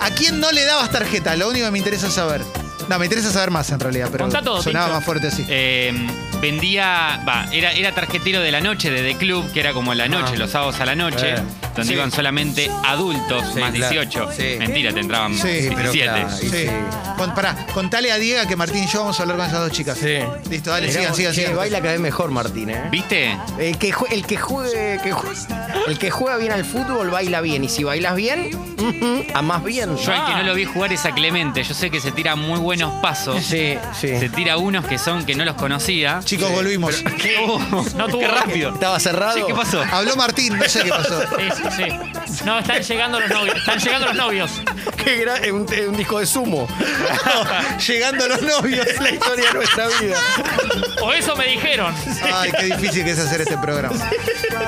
Speaker 1: ¿A quién no le dabas tarjeta? Lo único que me interesa saber. No, me interesa saber más en realidad, pero
Speaker 3: Contá todo,
Speaker 1: sonaba
Speaker 3: Tincho.
Speaker 1: más fuerte así.
Speaker 13: Eh, vendía, va, era, era tarjetero de la noche de The Club, que era
Speaker 1: Ah.
Speaker 13: como la noche, los sábados a la noche,
Speaker 2: Eh.
Speaker 13: donde
Speaker 2: Sí.
Speaker 13: iban solamente adultos,
Speaker 2: Sí,
Speaker 13: más
Speaker 2: claro.
Speaker 13: 18.
Speaker 2: Sí.
Speaker 13: Mentira, te entraban
Speaker 1: Sí, pero
Speaker 13: 17.
Speaker 2: claro.
Speaker 1: Sí.
Speaker 2: sí.
Speaker 1: Con- pará, contale a Diego que Martín y yo vamos a hablar con esas dos chicas.
Speaker 2: Sí.
Speaker 1: Listo, dale,
Speaker 2: Mirá
Speaker 1: sigan,
Speaker 2: vos,
Speaker 1: sigan,
Speaker 2: che,
Speaker 1: sigan.
Speaker 2: Baila cada vez mejor, Martín, ¿eh?
Speaker 13: ¿Viste?
Speaker 2: El que, jue- el, que juegue, que jue- el que juega bien al fútbol baila bien. Y si bailas bien, a más bien.
Speaker 13: Yo al que no lo vi jugar es a Clemente. Yo sé que se tira muy buenos pasos.
Speaker 2: Sí, sí.
Speaker 13: Se tira unos que son que no los conocía.
Speaker 1: Chicos, volvimos.
Speaker 13: ¿Qué? Oh,
Speaker 3: No tuvo-
Speaker 13: qué rápido.
Speaker 2: Estaba cerrado.
Speaker 13: Che, ¿Qué pasó?
Speaker 1: Habló Martín, no sé qué
Speaker 2: [LAUGHS]
Speaker 1: pasó.
Speaker 3: Sí, sí, sí. No, están llegando los novios. Están llegando los novios.
Speaker 2: Qué gra- es un, es un disco de sumo.
Speaker 1: Llegando los novios.
Speaker 2: es la historia de nuestra vida.
Speaker 3: O eso me dijeron.
Speaker 1: Ay, qué difícil que es hacer este programa.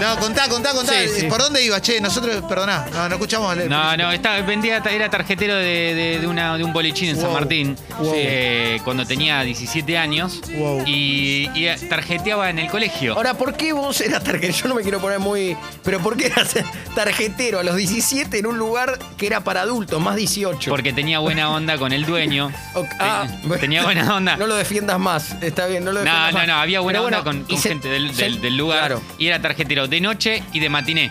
Speaker 1: No, contá, contá, contá.
Speaker 2: Sí, sí.
Speaker 1: ¿Por dónde iba? Che, nosotros, perdoná, no, no escuchamos.
Speaker 13: No, no, estaba- vendía, era tarjetero de, de- de una- de un bolichín en San
Speaker 1: Wow.
Speaker 13: Martín
Speaker 1: Wow.
Speaker 13: eh, cuando tenía 17 años
Speaker 1: Wow.
Speaker 13: y, y tarjeteaba en el colegio.
Speaker 2: Ahora, ¿por qué vos eras tarjetero? Yo no me quiero poner muy. Pero ¿por qué eras tarjetero a los 17 en un lugar que era para adultos, más 18.
Speaker 13: Porque tenía buena onda con el
Speaker 2: [LAUGHS]
Speaker 13: dueño. tenía buena onda.
Speaker 2: ah, No lo defiendas más. Está bien, no lo
Speaker 13: No,
Speaker 2: defiendas
Speaker 13: no,
Speaker 2: más.
Speaker 13: no, había buena
Speaker 2: Pero bueno,
Speaker 13: onda con, con
Speaker 2: y se-
Speaker 13: gente del,
Speaker 2: se-
Speaker 13: del- del lugar.
Speaker 2: Claro.
Speaker 13: Y era tarjetero de noche y de matiné.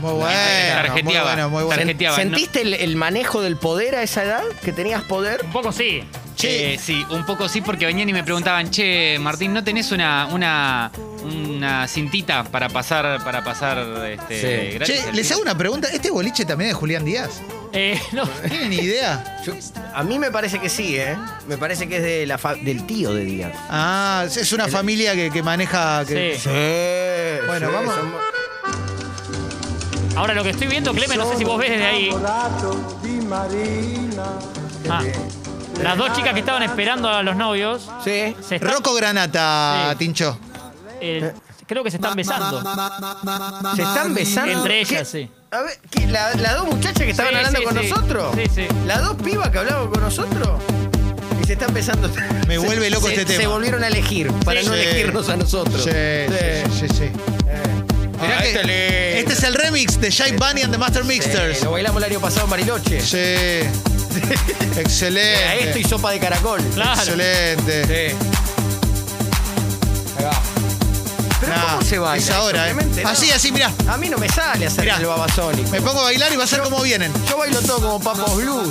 Speaker 1: Muy bueno, muy
Speaker 13: Tarjeteaba,
Speaker 1: bueno, muy bueno.
Speaker 13: tarjeteaba.
Speaker 2: ¿Sentiste el, el manejo del poder a esa edad? ¿Que tenías poder?
Speaker 3: Un poco sí.
Speaker 13: Eh, sí, un poco sí, porque venían y me preguntaban, che, Martín, ¿no tenés una, una, una cintita para pasar, para pasar este,
Speaker 1: Che,
Speaker 13: gratis al
Speaker 1: les
Speaker 13: cine?"
Speaker 1: hago una pregunta. ¿Este boliche también es de Julián Díaz?
Speaker 3: Eh, no.
Speaker 1: ¿Tienen idea?
Speaker 2: Yo- a mí me parece que sí, ¿eh? Me parece que es de la fa- del tío de Díaz.
Speaker 1: Ah, es- es una familia que, que maneja. que-
Speaker 3: Sí.
Speaker 1: Bueno,
Speaker 2: sí,
Speaker 1: vamos.
Speaker 2: somos-
Speaker 3: Ahora lo que estoy viendo, Clemen, no sé si vos ves desde ahí. Ah, las dos chicas que estaban esperando a los novios,
Speaker 2: Sí.
Speaker 3: se están-
Speaker 1: Rocco Granata,
Speaker 3: Sí.
Speaker 1: Tincho.
Speaker 3: eh, creo que se están besando.
Speaker 2: ¿Se están besando?
Speaker 3: Entre ellas,
Speaker 2: ¿Qué?
Speaker 3: sí.
Speaker 2: A ver, ¿qué? ¿La- ¿Las dos muchachas que estaban
Speaker 3: Sí,
Speaker 2: hablando
Speaker 3: sí,
Speaker 2: con
Speaker 3: sí.
Speaker 2: nosotros?
Speaker 3: Sí, sí.
Speaker 2: ¿Las dos pibas que hablaban con nosotros? Y se están besando. [LAUGHS]
Speaker 1: Me
Speaker 2: Se-
Speaker 1: vuelve loco
Speaker 2: se-
Speaker 1: este tema.
Speaker 2: Se volvieron a elegir, para no
Speaker 1: Sí.
Speaker 2: elegirnos a nosotros.
Speaker 1: Sí, sí, sí, sí.
Speaker 2: Mirá
Speaker 1: Ah,
Speaker 2: que-
Speaker 1: este, este es el remix de Jai Bunny and the Master Mixters.
Speaker 2: Sí, lo bailamos el año pasado en Bariloche.
Speaker 1: Sí.
Speaker 2: [LAUGHS] Era
Speaker 1: Excelente.
Speaker 2: esto y sopa de caracol.
Speaker 3: Claro.
Speaker 1: Excelente.
Speaker 2: Sí. Ahí va. Pero
Speaker 1: Nah,
Speaker 2: ¿cómo se baila?
Speaker 1: es ahora,
Speaker 2: eso?
Speaker 1: ¿eh?
Speaker 2: Clemente, no.
Speaker 1: Así, así, mirá.
Speaker 2: A mí no me sale hacer
Speaker 1: Mirá.
Speaker 2: el babasónico.
Speaker 1: Me pongo a bailar y va a ser como vienen.
Speaker 2: Yo bailo todo como papos blues.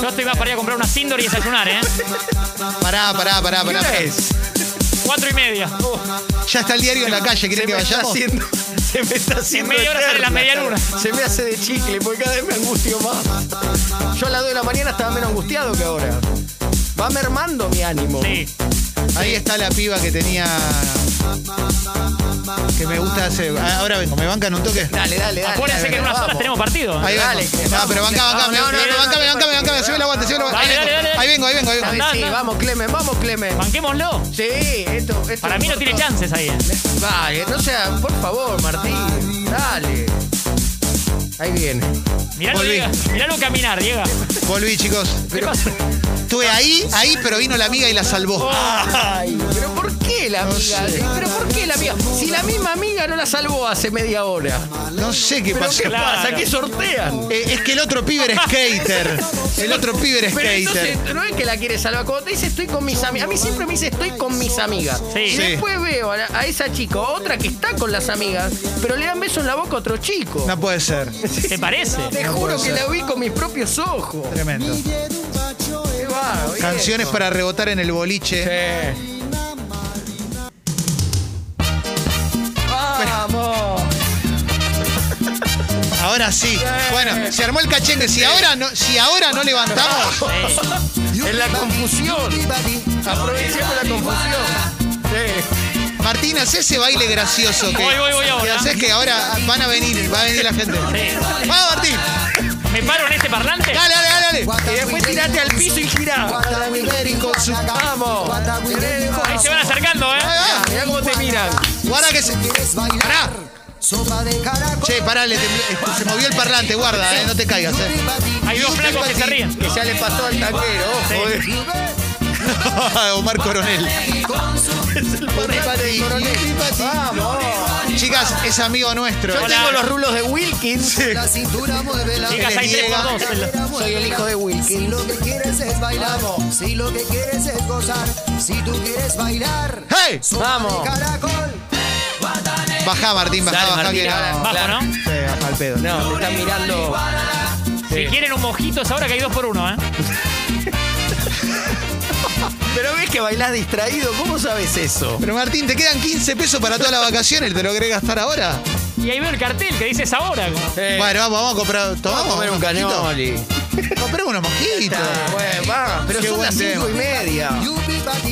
Speaker 3: Yo estoy más para ir a comprar una Sindor y desayunar, ¿eh?
Speaker 1: Pará, pará, pará,
Speaker 2: ¿Qué
Speaker 1: pará.
Speaker 2: hora
Speaker 1: pará.
Speaker 2: es?
Speaker 3: Cuatro y media.
Speaker 1: Ya está el diario en la calle,
Speaker 2: Se
Speaker 1: ¿quieren que
Speaker 2: me está
Speaker 1: vayamos?
Speaker 2: haciendo- [LAUGHS] se me está haciendo.
Speaker 3: media hora sale
Speaker 2: eterna.
Speaker 3: la media luna.
Speaker 2: Se me hace de chicle, porque cada vez me angustio más. Yo a las 2 de la mañana estaba menos angustiado que ahora. Va mermando mi ánimo.
Speaker 3: Sí.
Speaker 1: Ahí está la piba que tenía. Que me gusta hacer. Ah, Ahora vengo, ¿me bancan un toque?
Speaker 2: Dale, dale, dale.
Speaker 3: Acuérdense
Speaker 2: dale,
Speaker 3: que en unas horas
Speaker 2: vamos.
Speaker 3: tenemos partido. ¿eh?
Speaker 1: Ahí vengo.
Speaker 2: Dale, que-
Speaker 1: No, pero banca, banca,
Speaker 2: No,
Speaker 1: me
Speaker 2: no,
Speaker 1: banca,
Speaker 2: no,
Speaker 1: me
Speaker 2: no,
Speaker 1: banca,
Speaker 2: no,
Speaker 1: me banca,
Speaker 2: no,
Speaker 1: me banca, me sube el aguante, sube el aguante. Ahí
Speaker 3: Dale, dale,
Speaker 1: vengo.
Speaker 3: dale.
Speaker 1: Ahí vengo, ahí vengo, ahí
Speaker 2: Dale,
Speaker 1: vengo.
Speaker 3: Andá,
Speaker 2: sí,
Speaker 3: andá.
Speaker 2: vamos, Clemen, vamos, Clemen.
Speaker 3: Banquémoslo.
Speaker 2: Sí, esto, esto
Speaker 3: Para
Speaker 2: es
Speaker 3: mí no
Speaker 2: por
Speaker 3: tiene
Speaker 2: todo.
Speaker 3: chances ahí, ¿eh?
Speaker 2: Vale, no sea, por favor, Martín. Dale. Ahí viene.
Speaker 3: Miralo,
Speaker 1: Volví.
Speaker 3: Diego. Miralo caminar, Diego.
Speaker 1: Volví, chicos.
Speaker 3: ¿Qué pasa?
Speaker 1: Estuve ahí, ahí, pero vino la amiga y la salvó.
Speaker 2: Ay, pero ¿por qué la amiga? Pero ¿por qué la amiga? Si la misma amiga no la salvó hace media hora.
Speaker 1: No sé qué
Speaker 2: ¿Pero
Speaker 1: pasó.
Speaker 2: qué
Speaker 3: Claro.
Speaker 2: pasa? ¿Qué sortean?
Speaker 1: Eh, es que el otro pibe era skater. El otro pibe era
Speaker 2: Pero
Speaker 1: skater.
Speaker 2: entonces, no es que la quiere salvar. Cuando te dice estoy con mis amigas, a mí siempre me dice estoy con mis amigas.
Speaker 3: Sí.
Speaker 2: Y
Speaker 3: Sí.
Speaker 2: después veo a, la- a esa chica, otra que está con las amigas, pero le dan beso en la boca a otro chico.
Speaker 1: No puede ser.
Speaker 3: ¿Te parece?
Speaker 2: Te juro que la vi con mis propios ojos.
Speaker 1: Tremendo.
Speaker 2: Qué bárbaro, bien.
Speaker 1: Canciones para rebotar en el boliche.
Speaker 2: Sí. Vamos.
Speaker 1: Ahora sí. Bueno, se armó el cachengue. Si ahora no, si ahora no levantamos.
Speaker 2: En la confusión. Aprovechemos la confusión. Sí.
Speaker 1: Martín, hacé ese baile gracioso que,
Speaker 3: Voy, voy, voy
Speaker 1: que
Speaker 3: ahora.
Speaker 1: haces que ahora van a venir, va a venir la gente.
Speaker 3: Sí.
Speaker 1: Vamos, Martín.
Speaker 3: ¿Me paro en este parlante?
Speaker 1: Dale, dale, dale, dale.
Speaker 2: Y después tirate al piso y girá. Vamos.
Speaker 3: Ahí se van acercando, ¿eh?
Speaker 1: Ah,
Speaker 2: Mirá cómo te miran.
Speaker 1: Guarda que se. Pará. Che, pará, le tembló- se movió el parlante, guarda, eh, no te caigas. eh.
Speaker 3: Hay dos flacos que se ríen.
Speaker 2: Que ya le pasó al tanquero. Ojo, eh.
Speaker 1: eh. [LAUGHS] Omar Coronel.
Speaker 2: Arriba del coronel. Vamos.
Speaker 1: Chicas, es amigo nuestro. eh.
Speaker 2: Yo
Speaker 3: Hola.
Speaker 2: tengo los rulos de Wilkins.
Speaker 3: Chicas, hay tres por dos. El-
Speaker 2: Soy el hijo de Wilkins. Si lo que quieres es bailar. Si lo que quieres es gozar. Si tú quieres bailar.
Speaker 1: ¡Hey!
Speaker 2: Vamos.
Speaker 1: Bajá, Martín, bajá,
Speaker 2: Dale,
Speaker 1: bajá
Speaker 2: Martín,
Speaker 1: que
Speaker 2: ahora.
Speaker 1: no.
Speaker 3: Bajo, ¿no?
Speaker 1: Sí, bajá el pedo.
Speaker 2: No, te están mirando.
Speaker 3: Si quieren un mojito es ahora que hay dos por uno, ¿eh?
Speaker 2: Pero ves que bailás distraído. ¿Cómo sabes eso?
Speaker 1: Pero Martín, ¿te quedan 15 pesos para todas las vacaciones? ¿Te lo querés gastar ahora?
Speaker 3: Y ahí veo el cartel que dice es ahora. como-
Speaker 1: Bueno, vamos, vamos a comprar.
Speaker 2: Vamos
Speaker 1: Tomamos
Speaker 2: a comer un
Speaker 1: mosquito?
Speaker 2: cañoli.
Speaker 1: Compremos unos mosquitos.
Speaker 2: Ah, bueno, va, pero
Speaker 1: Qué
Speaker 2: son
Speaker 1: buen
Speaker 2: las cinco
Speaker 1: tema.
Speaker 2: y media.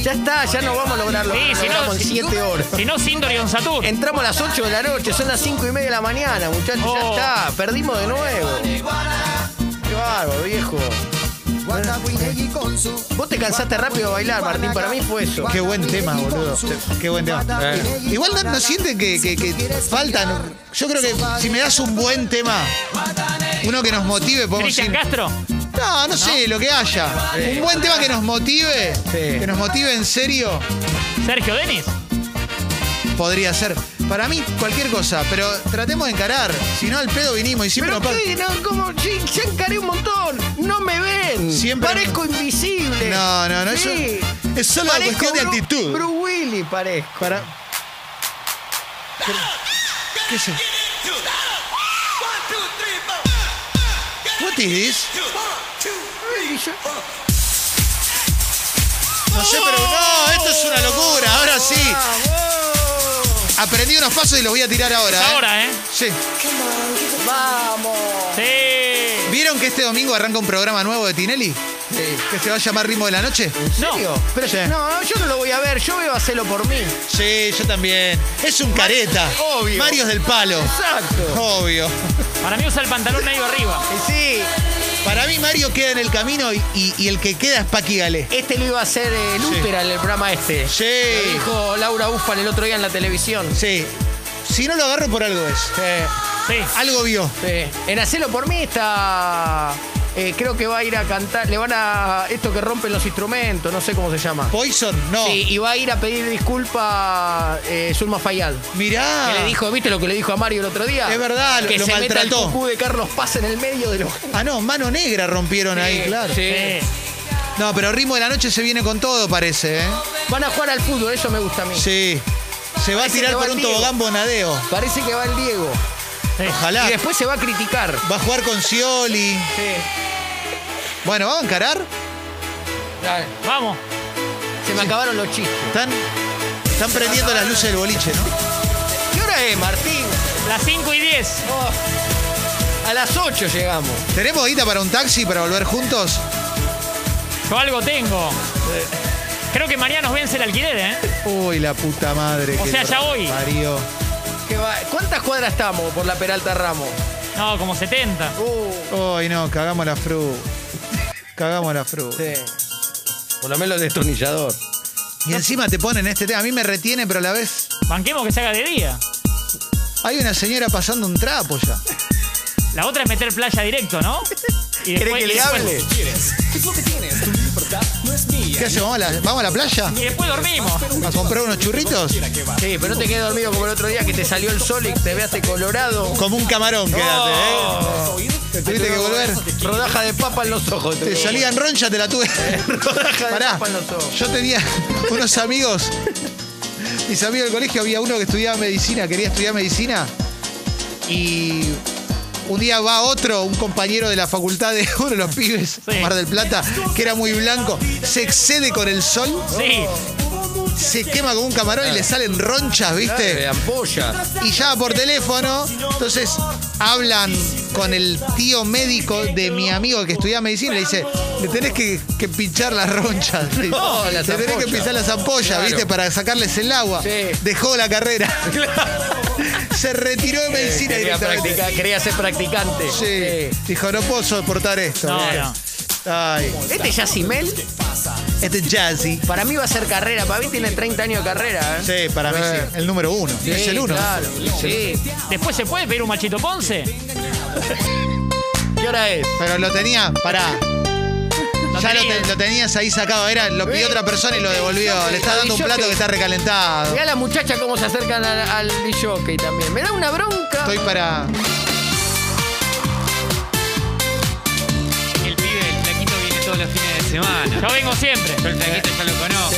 Speaker 2: Ya está, ya no vamos a lograrlo.
Speaker 3: Sí,
Speaker 2: Lo
Speaker 3: si no,
Speaker 2: logramos en
Speaker 3: si-
Speaker 2: siete horas.
Speaker 3: Si no, Sindor y Don Satur.
Speaker 2: Entramos a las 8 de la noche, son las 5 y media de la mañana, muchachos, ya
Speaker 3: Oh.
Speaker 2: está, perdimos de nuevo. Qué bárbaro, viejo. Vos te cansaste rápido de bailar, Martín, para mí fue eso.
Speaker 1: Qué buen tema, boludo. Qué buen tema. Igual no, no sienten que, que- que faltan. Yo creo que si me das un buen tema, uno que nos motive, podemos
Speaker 3: Cristian
Speaker 1: ir.
Speaker 3: Castro.
Speaker 1: No, no sé, lo que haya. Un buen tema que nos motive, que nos motive en serio,
Speaker 3: Sergio Denis.
Speaker 1: podría ser. Para mí, cualquier cosa, pero tratemos de encarar. Si no, al pedo vinimos y siempre
Speaker 13: Pero
Speaker 1: nos pa-
Speaker 13: qué, no, como, sí, ya encaré un montón. No me ven.
Speaker 1: Siempre-
Speaker 13: Parezco invisible.
Speaker 1: No, no, no,
Speaker 13: Sí.
Speaker 1: eso- es solo una
Speaker 13: Parezco
Speaker 1: cuestión de
Speaker 13: Bru-
Speaker 1: actitud.
Speaker 13: Bruce Willis parezco.
Speaker 1: Para. ¿Qué es eso? What is this? No sé, pero no, esto Oh, es una locura. Ahora sí. Aprendí unos pasos y los voy a tirar ahora.
Speaker 3: Es
Speaker 1: ¿eh?
Speaker 3: ahora, ¿eh?
Speaker 1: Sí.
Speaker 13: Vamos.
Speaker 3: Sí.
Speaker 1: ¿Vieron que este domingo arranca un programa nuevo de Tinelli? Que se va a llamar Ritmo de la Noche.
Speaker 13: No. Pero,
Speaker 1: Sí.
Speaker 13: No, no, yo no lo voy a ver. Yo veo a hacerlo por mí.
Speaker 1: Sí, yo también. Es un careta.
Speaker 13: Obvio.
Speaker 1: Mario es del palo.
Speaker 13: Exacto.
Speaker 1: Obvio.
Speaker 3: Para mí usa el pantalón medio arriba.
Speaker 13: Y Sí.
Speaker 1: Para mí Mario queda en el camino y, y- y el que queda es Paqui Galé.
Speaker 13: Este lo iba a hacer eh, Lutera en el programa este. Lo
Speaker 1: Sí.
Speaker 13: dijo Laura Ufan el otro día en la televisión.
Speaker 1: Sí. Si no lo agarro por algo es.
Speaker 3: Sí.
Speaker 1: Algo vio.
Speaker 13: Sí. En Hacelo por mí está. eh, creo que va a ir a cantar. Le van a. Esto que rompen los instrumentos, no sé cómo se llama.
Speaker 1: Poison, no.
Speaker 13: Sí, y va a ir a pedir disculpas eh, Zulma Fayad.
Speaker 1: Mirá.
Speaker 13: Que le dijo, ¿viste lo que le dijo a Mario el otro día?
Speaker 1: Ah. Es verdad, lo-
Speaker 13: que
Speaker 1: lo
Speaker 13: se meta el
Speaker 1: maltrató.
Speaker 13: cucú de Carlos Paz en el medio de los.
Speaker 1: Ah, no, mano negra rompieron ahí,
Speaker 13: Sí,
Speaker 1: claro.
Speaker 13: sí.
Speaker 1: No, pero Ritmo de la Noche se viene con todo, parece, ¿eh?
Speaker 13: Van a jugar al fútbol, eso me gusta a mí.
Speaker 1: Sí. Se va a
Speaker 13: Parece
Speaker 1: tirar
Speaker 13: que va
Speaker 1: por
Speaker 13: el
Speaker 1: un
Speaker 13: Diego.
Speaker 1: tobogán bonadeo.
Speaker 13: Parece que va el Diego.
Speaker 1: Ojalá.
Speaker 13: Y después se va a criticar.
Speaker 1: Va a jugar con Scioli.
Speaker 13: Sí.
Speaker 1: Bueno, ¿vamos a encarar?
Speaker 13: Dale.
Speaker 3: Vamos.
Speaker 13: Se me acabaron los chistes.
Speaker 1: Están, están prendiendo las luces del boliche, ¿no?
Speaker 13: ¿Qué hora es, Martín?
Speaker 3: Las 5 y 10.
Speaker 13: Oh, A las 8 llegamos.
Speaker 1: ¿Tenemos guita para un taxi para volver juntos?
Speaker 3: Yo algo tengo. Creo que mañana nos vence el alquiler, ¿eh?
Speaker 1: Uy, la puta madre.
Speaker 3: O
Speaker 1: que
Speaker 3: sea, ya hoy.
Speaker 1: Parió.
Speaker 13: ¿Qué va- ¿Cuántas cuadras estamos por la Peralta Ramos?
Speaker 3: No, como 70.
Speaker 13: Uh,
Speaker 1: Uy, no, cagamos la fru. Cagamos la fru.
Speaker 13: sí. Por lo menos el destornillador.
Speaker 1: Y encima te ponen este tema. A mí me retiene, pero a la vez
Speaker 3: Banquemos que se haga de día.
Speaker 1: hay una señora pasando un trapo ya.
Speaker 3: La otra es meter playa directo, ¿no? Y
Speaker 13: ¿Quiere que
Speaker 3: y
Speaker 13: le
Speaker 3: después-
Speaker 13: hable?
Speaker 1: ¿Qué hacemos? ¿Vamos a la, vamos a la playa?
Speaker 3: Y después dormimos.
Speaker 1: ¿A comprar unos churritos?
Speaker 13: Sí, pero no te quedes dormido como el otro día que te salió el sol y te veaste colorado.
Speaker 1: Como un camarón, quédate, ¿eh?
Speaker 13: Oh.
Speaker 1: Te tuviste que volver.
Speaker 13: Rodaja de papa en los ojos. [LAUGHS]
Speaker 1: Te salía en roncha, te la tuve.
Speaker 13: Rodaja de
Speaker 1: Pará.
Speaker 13: papa en los ojos.
Speaker 1: Yo tenía unos amigos. Mis amigos del colegio, había uno que estudiaba medicina, quería estudiar medicina. Y un día va otro, un compañero de la facultad de uno de los pibes,
Speaker 3: Sí.
Speaker 1: Mar del Plata, que era muy blanco, se excede con el sol,
Speaker 3: Sí.
Speaker 1: se quema como un camarón y le salen ronchas, ¿viste?
Speaker 13: De ampolla.
Speaker 1: y llama por teléfono. Entonces hablan con el tío médico de mi amigo que estudia medicina y le dice, le tenés que, que pinchar las ronchas. Le dice,
Speaker 13: No, las
Speaker 1: "Le tenés que
Speaker 13: ampollas".
Speaker 1: pinchar las ampollas,
Speaker 13: Claro.
Speaker 1: ¿viste? Para sacarles el agua.
Speaker 13: Sí.
Speaker 1: Dejó la carrera. [LAUGHS] Se retiró de medicina
Speaker 13: quería,
Speaker 1: directamente.
Speaker 13: practicar- quería ser practicante.
Speaker 1: Sí. Dijo, no puedo soportar esto.
Speaker 3: No,
Speaker 1: Bien.
Speaker 3: no.
Speaker 1: Ay,
Speaker 13: Este Yacimel,
Speaker 1: este es Jazzy.
Speaker 13: para mí va a ser carrera. Para mí tiene 30 años de carrera. ¿eh?
Speaker 1: Sí, para mí
Speaker 13: Eh.
Speaker 1: sí. El número uno. es el uno.
Speaker 13: Claro, sí.
Speaker 3: Después se puede pedir un machito ponce.
Speaker 13: ¿Qué hora es?
Speaker 1: Pero lo tenía, pará. Ya lo,
Speaker 3: tenía.
Speaker 1: te- lo tenías ahí sacado, era, lo pidió otra persona y lo devolvió. Le está dando un plato que está recalentado.
Speaker 13: Mirá la muchacha cómo se acercan al, al disjockey también. Me da una bronca.
Speaker 1: Estoy para.
Speaker 14: El pibe, el flaquito viene todos los fines de semana.
Speaker 3: Yo vengo siempre.
Speaker 14: Yo el flaquito ya lo conozco.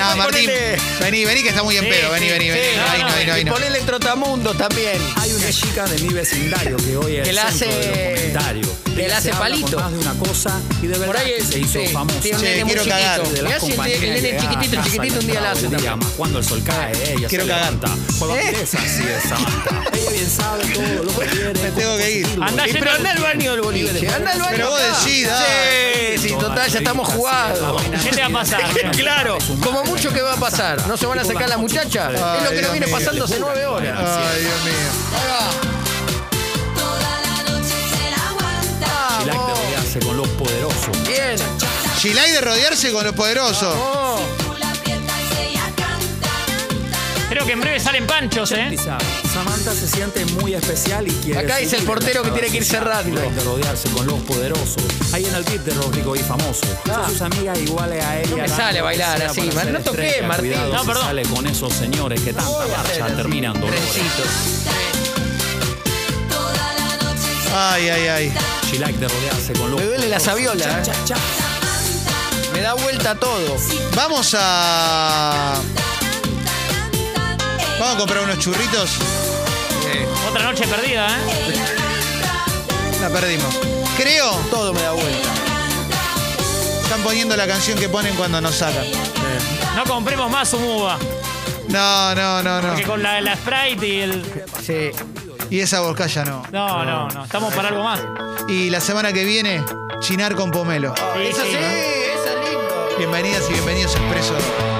Speaker 1: Ah,
Speaker 13: Después
Speaker 1: Martín,
Speaker 13: ponele-
Speaker 1: vení, vení que está muy en
Speaker 3: Sí,
Speaker 1: pedo. Vení,
Speaker 3: sí,
Speaker 1: vení,
Speaker 3: sí,
Speaker 1: vení.
Speaker 3: no,
Speaker 1: No, ahí no,
Speaker 3: no,
Speaker 1: ahí no, ahí
Speaker 13: Y
Speaker 1: no.
Speaker 13: ponele trotamundo también.
Speaker 12: Hay una chica de mi vecindario que hoy es
Speaker 13: Que
Speaker 12: el
Speaker 13: la
Speaker 12: centro
Speaker 13: hace-
Speaker 12: de los comentarios.
Speaker 13: que la
Speaker 12: Ella
Speaker 13: hace
Speaker 12: se habla
Speaker 13: palito.
Speaker 12: con más de una cosa y de verdad
Speaker 13: Por ahí
Speaker 12: que
Speaker 13: es-
Speaker 12: se hizo
Speaker 13: sí,
Speaker 12: famosa.
Speaker 13: tiene un
Speaker 1: Che,
Speaker 13: nene muy
Speaker 1: quiero
Speaker 13: chiquito.
Speaker 1: cagar.
Speaker 12: de
Speaker 13: Mirá
Speaker 12: las
Speaker 13: si el,
Speaker 12: compañeras
Speaker 13: el nene
Speaker 12: llegaba a
Speaker 13: chiquitito,
Speaker 12: casa
Speaker 13: chiquitito
Speaker 12: y
Speaker 13: un día la hace
Speaker 12: entraba un día
Speaker 13: también.
Speaker 12: más cuando el sol cae, eh, ella
Speaker 1: Quiero
Speaker 12: se
Speaker 1: cagar.
Speaker 12: levanta. Por lo que es así de santa. Ella bien sabe todo lo que quiere.
Speaker 1: Me tengo que ir.
Speaker 3: Andá
Speaker 13: Sí,
Speaker 3: yendo
Speaker 13: pero
Speaker 3: al-
Speaker 13: anda al baño del boliche. Anda al baño.
Speaker 1: eh, Pero vos
Speaker 13: acá.
Speaker 1: decís, dale.
Speaker 13: Sí, sí, total, ya estamos jugados.
Speaker 3: ¿Qué te va a pasar?
Speaker 13: Claro, como mucho que va a pasar. ¿No se van a sacar la muchacha? es lo que
Speaker 1: Dios
Speaker 13: nos viene
Speaker 1: mío.
Speaker 13: pasando hace nueve horas.
Speaker 1: Ay, Dios mío.
Speaker 12: El acto que hace con los poderosos.
Speaker 13: Bien.
Speaker 1: Gilay de rodearse con los poderosos.
Speaker 13: Oh.
Speaker 3: Pero Creo que en breve salen panchos, ¿eh?
Speaker 12: Samantha se siente muy especial y quiere.
Speaker 13: Acá dice el portero que tiene que ir cerrando.
Speaker 12: De rodearse con los poderosos. Ahí en el tip de los ricos y famosos. Son sus amigas iguales a él.
Speaker 13: No me sale bailar así, Mar- no toqué, Martín. No,
Speaker 12: No,
Speaker 13: perdón.
Speaker 12: perdón. Sale con esos señores que tanta marcha terminan dolores.
Speaker 1: Ay, ay, ay.
Speaker 12: She like de rodearse con los
Speaker 13: Me duele la
Speaker 12: poderosos.
Speaker 13: sabiola,
Speaker 12: Cha,
Speaker 13: eh.
Speaker 12: cha, cha.
Speaker 13: Me da vuelta todo.
Speaker 1: Vamos a. Vamos a comprar unos churritos.
Speaker 3: Otra noche perdida, ¿eh?
Speaker 1: La perdimos. Creo.
Speaker 13: Todo me da vuelta.
Speaker 1: Están poniendo la canción que ponen cuando nos sacan.
Speaker 3: No compremos más un uva.
Speaker 1: No, no, no, no.
Speaker 3: Porque con la, la Sprite y el.
Speaker 13: Sí.
Speaker 1: Y esa borcalla no.
Speaker 3: No, no, no. Estamos para algo más.
Speaker 1: Y la semana que viene, chinar con pomelo.
Speaker 13: Eso sí, eso es lindo.
Speaker 1: Bienvenidas y bienvenidos a Expreso.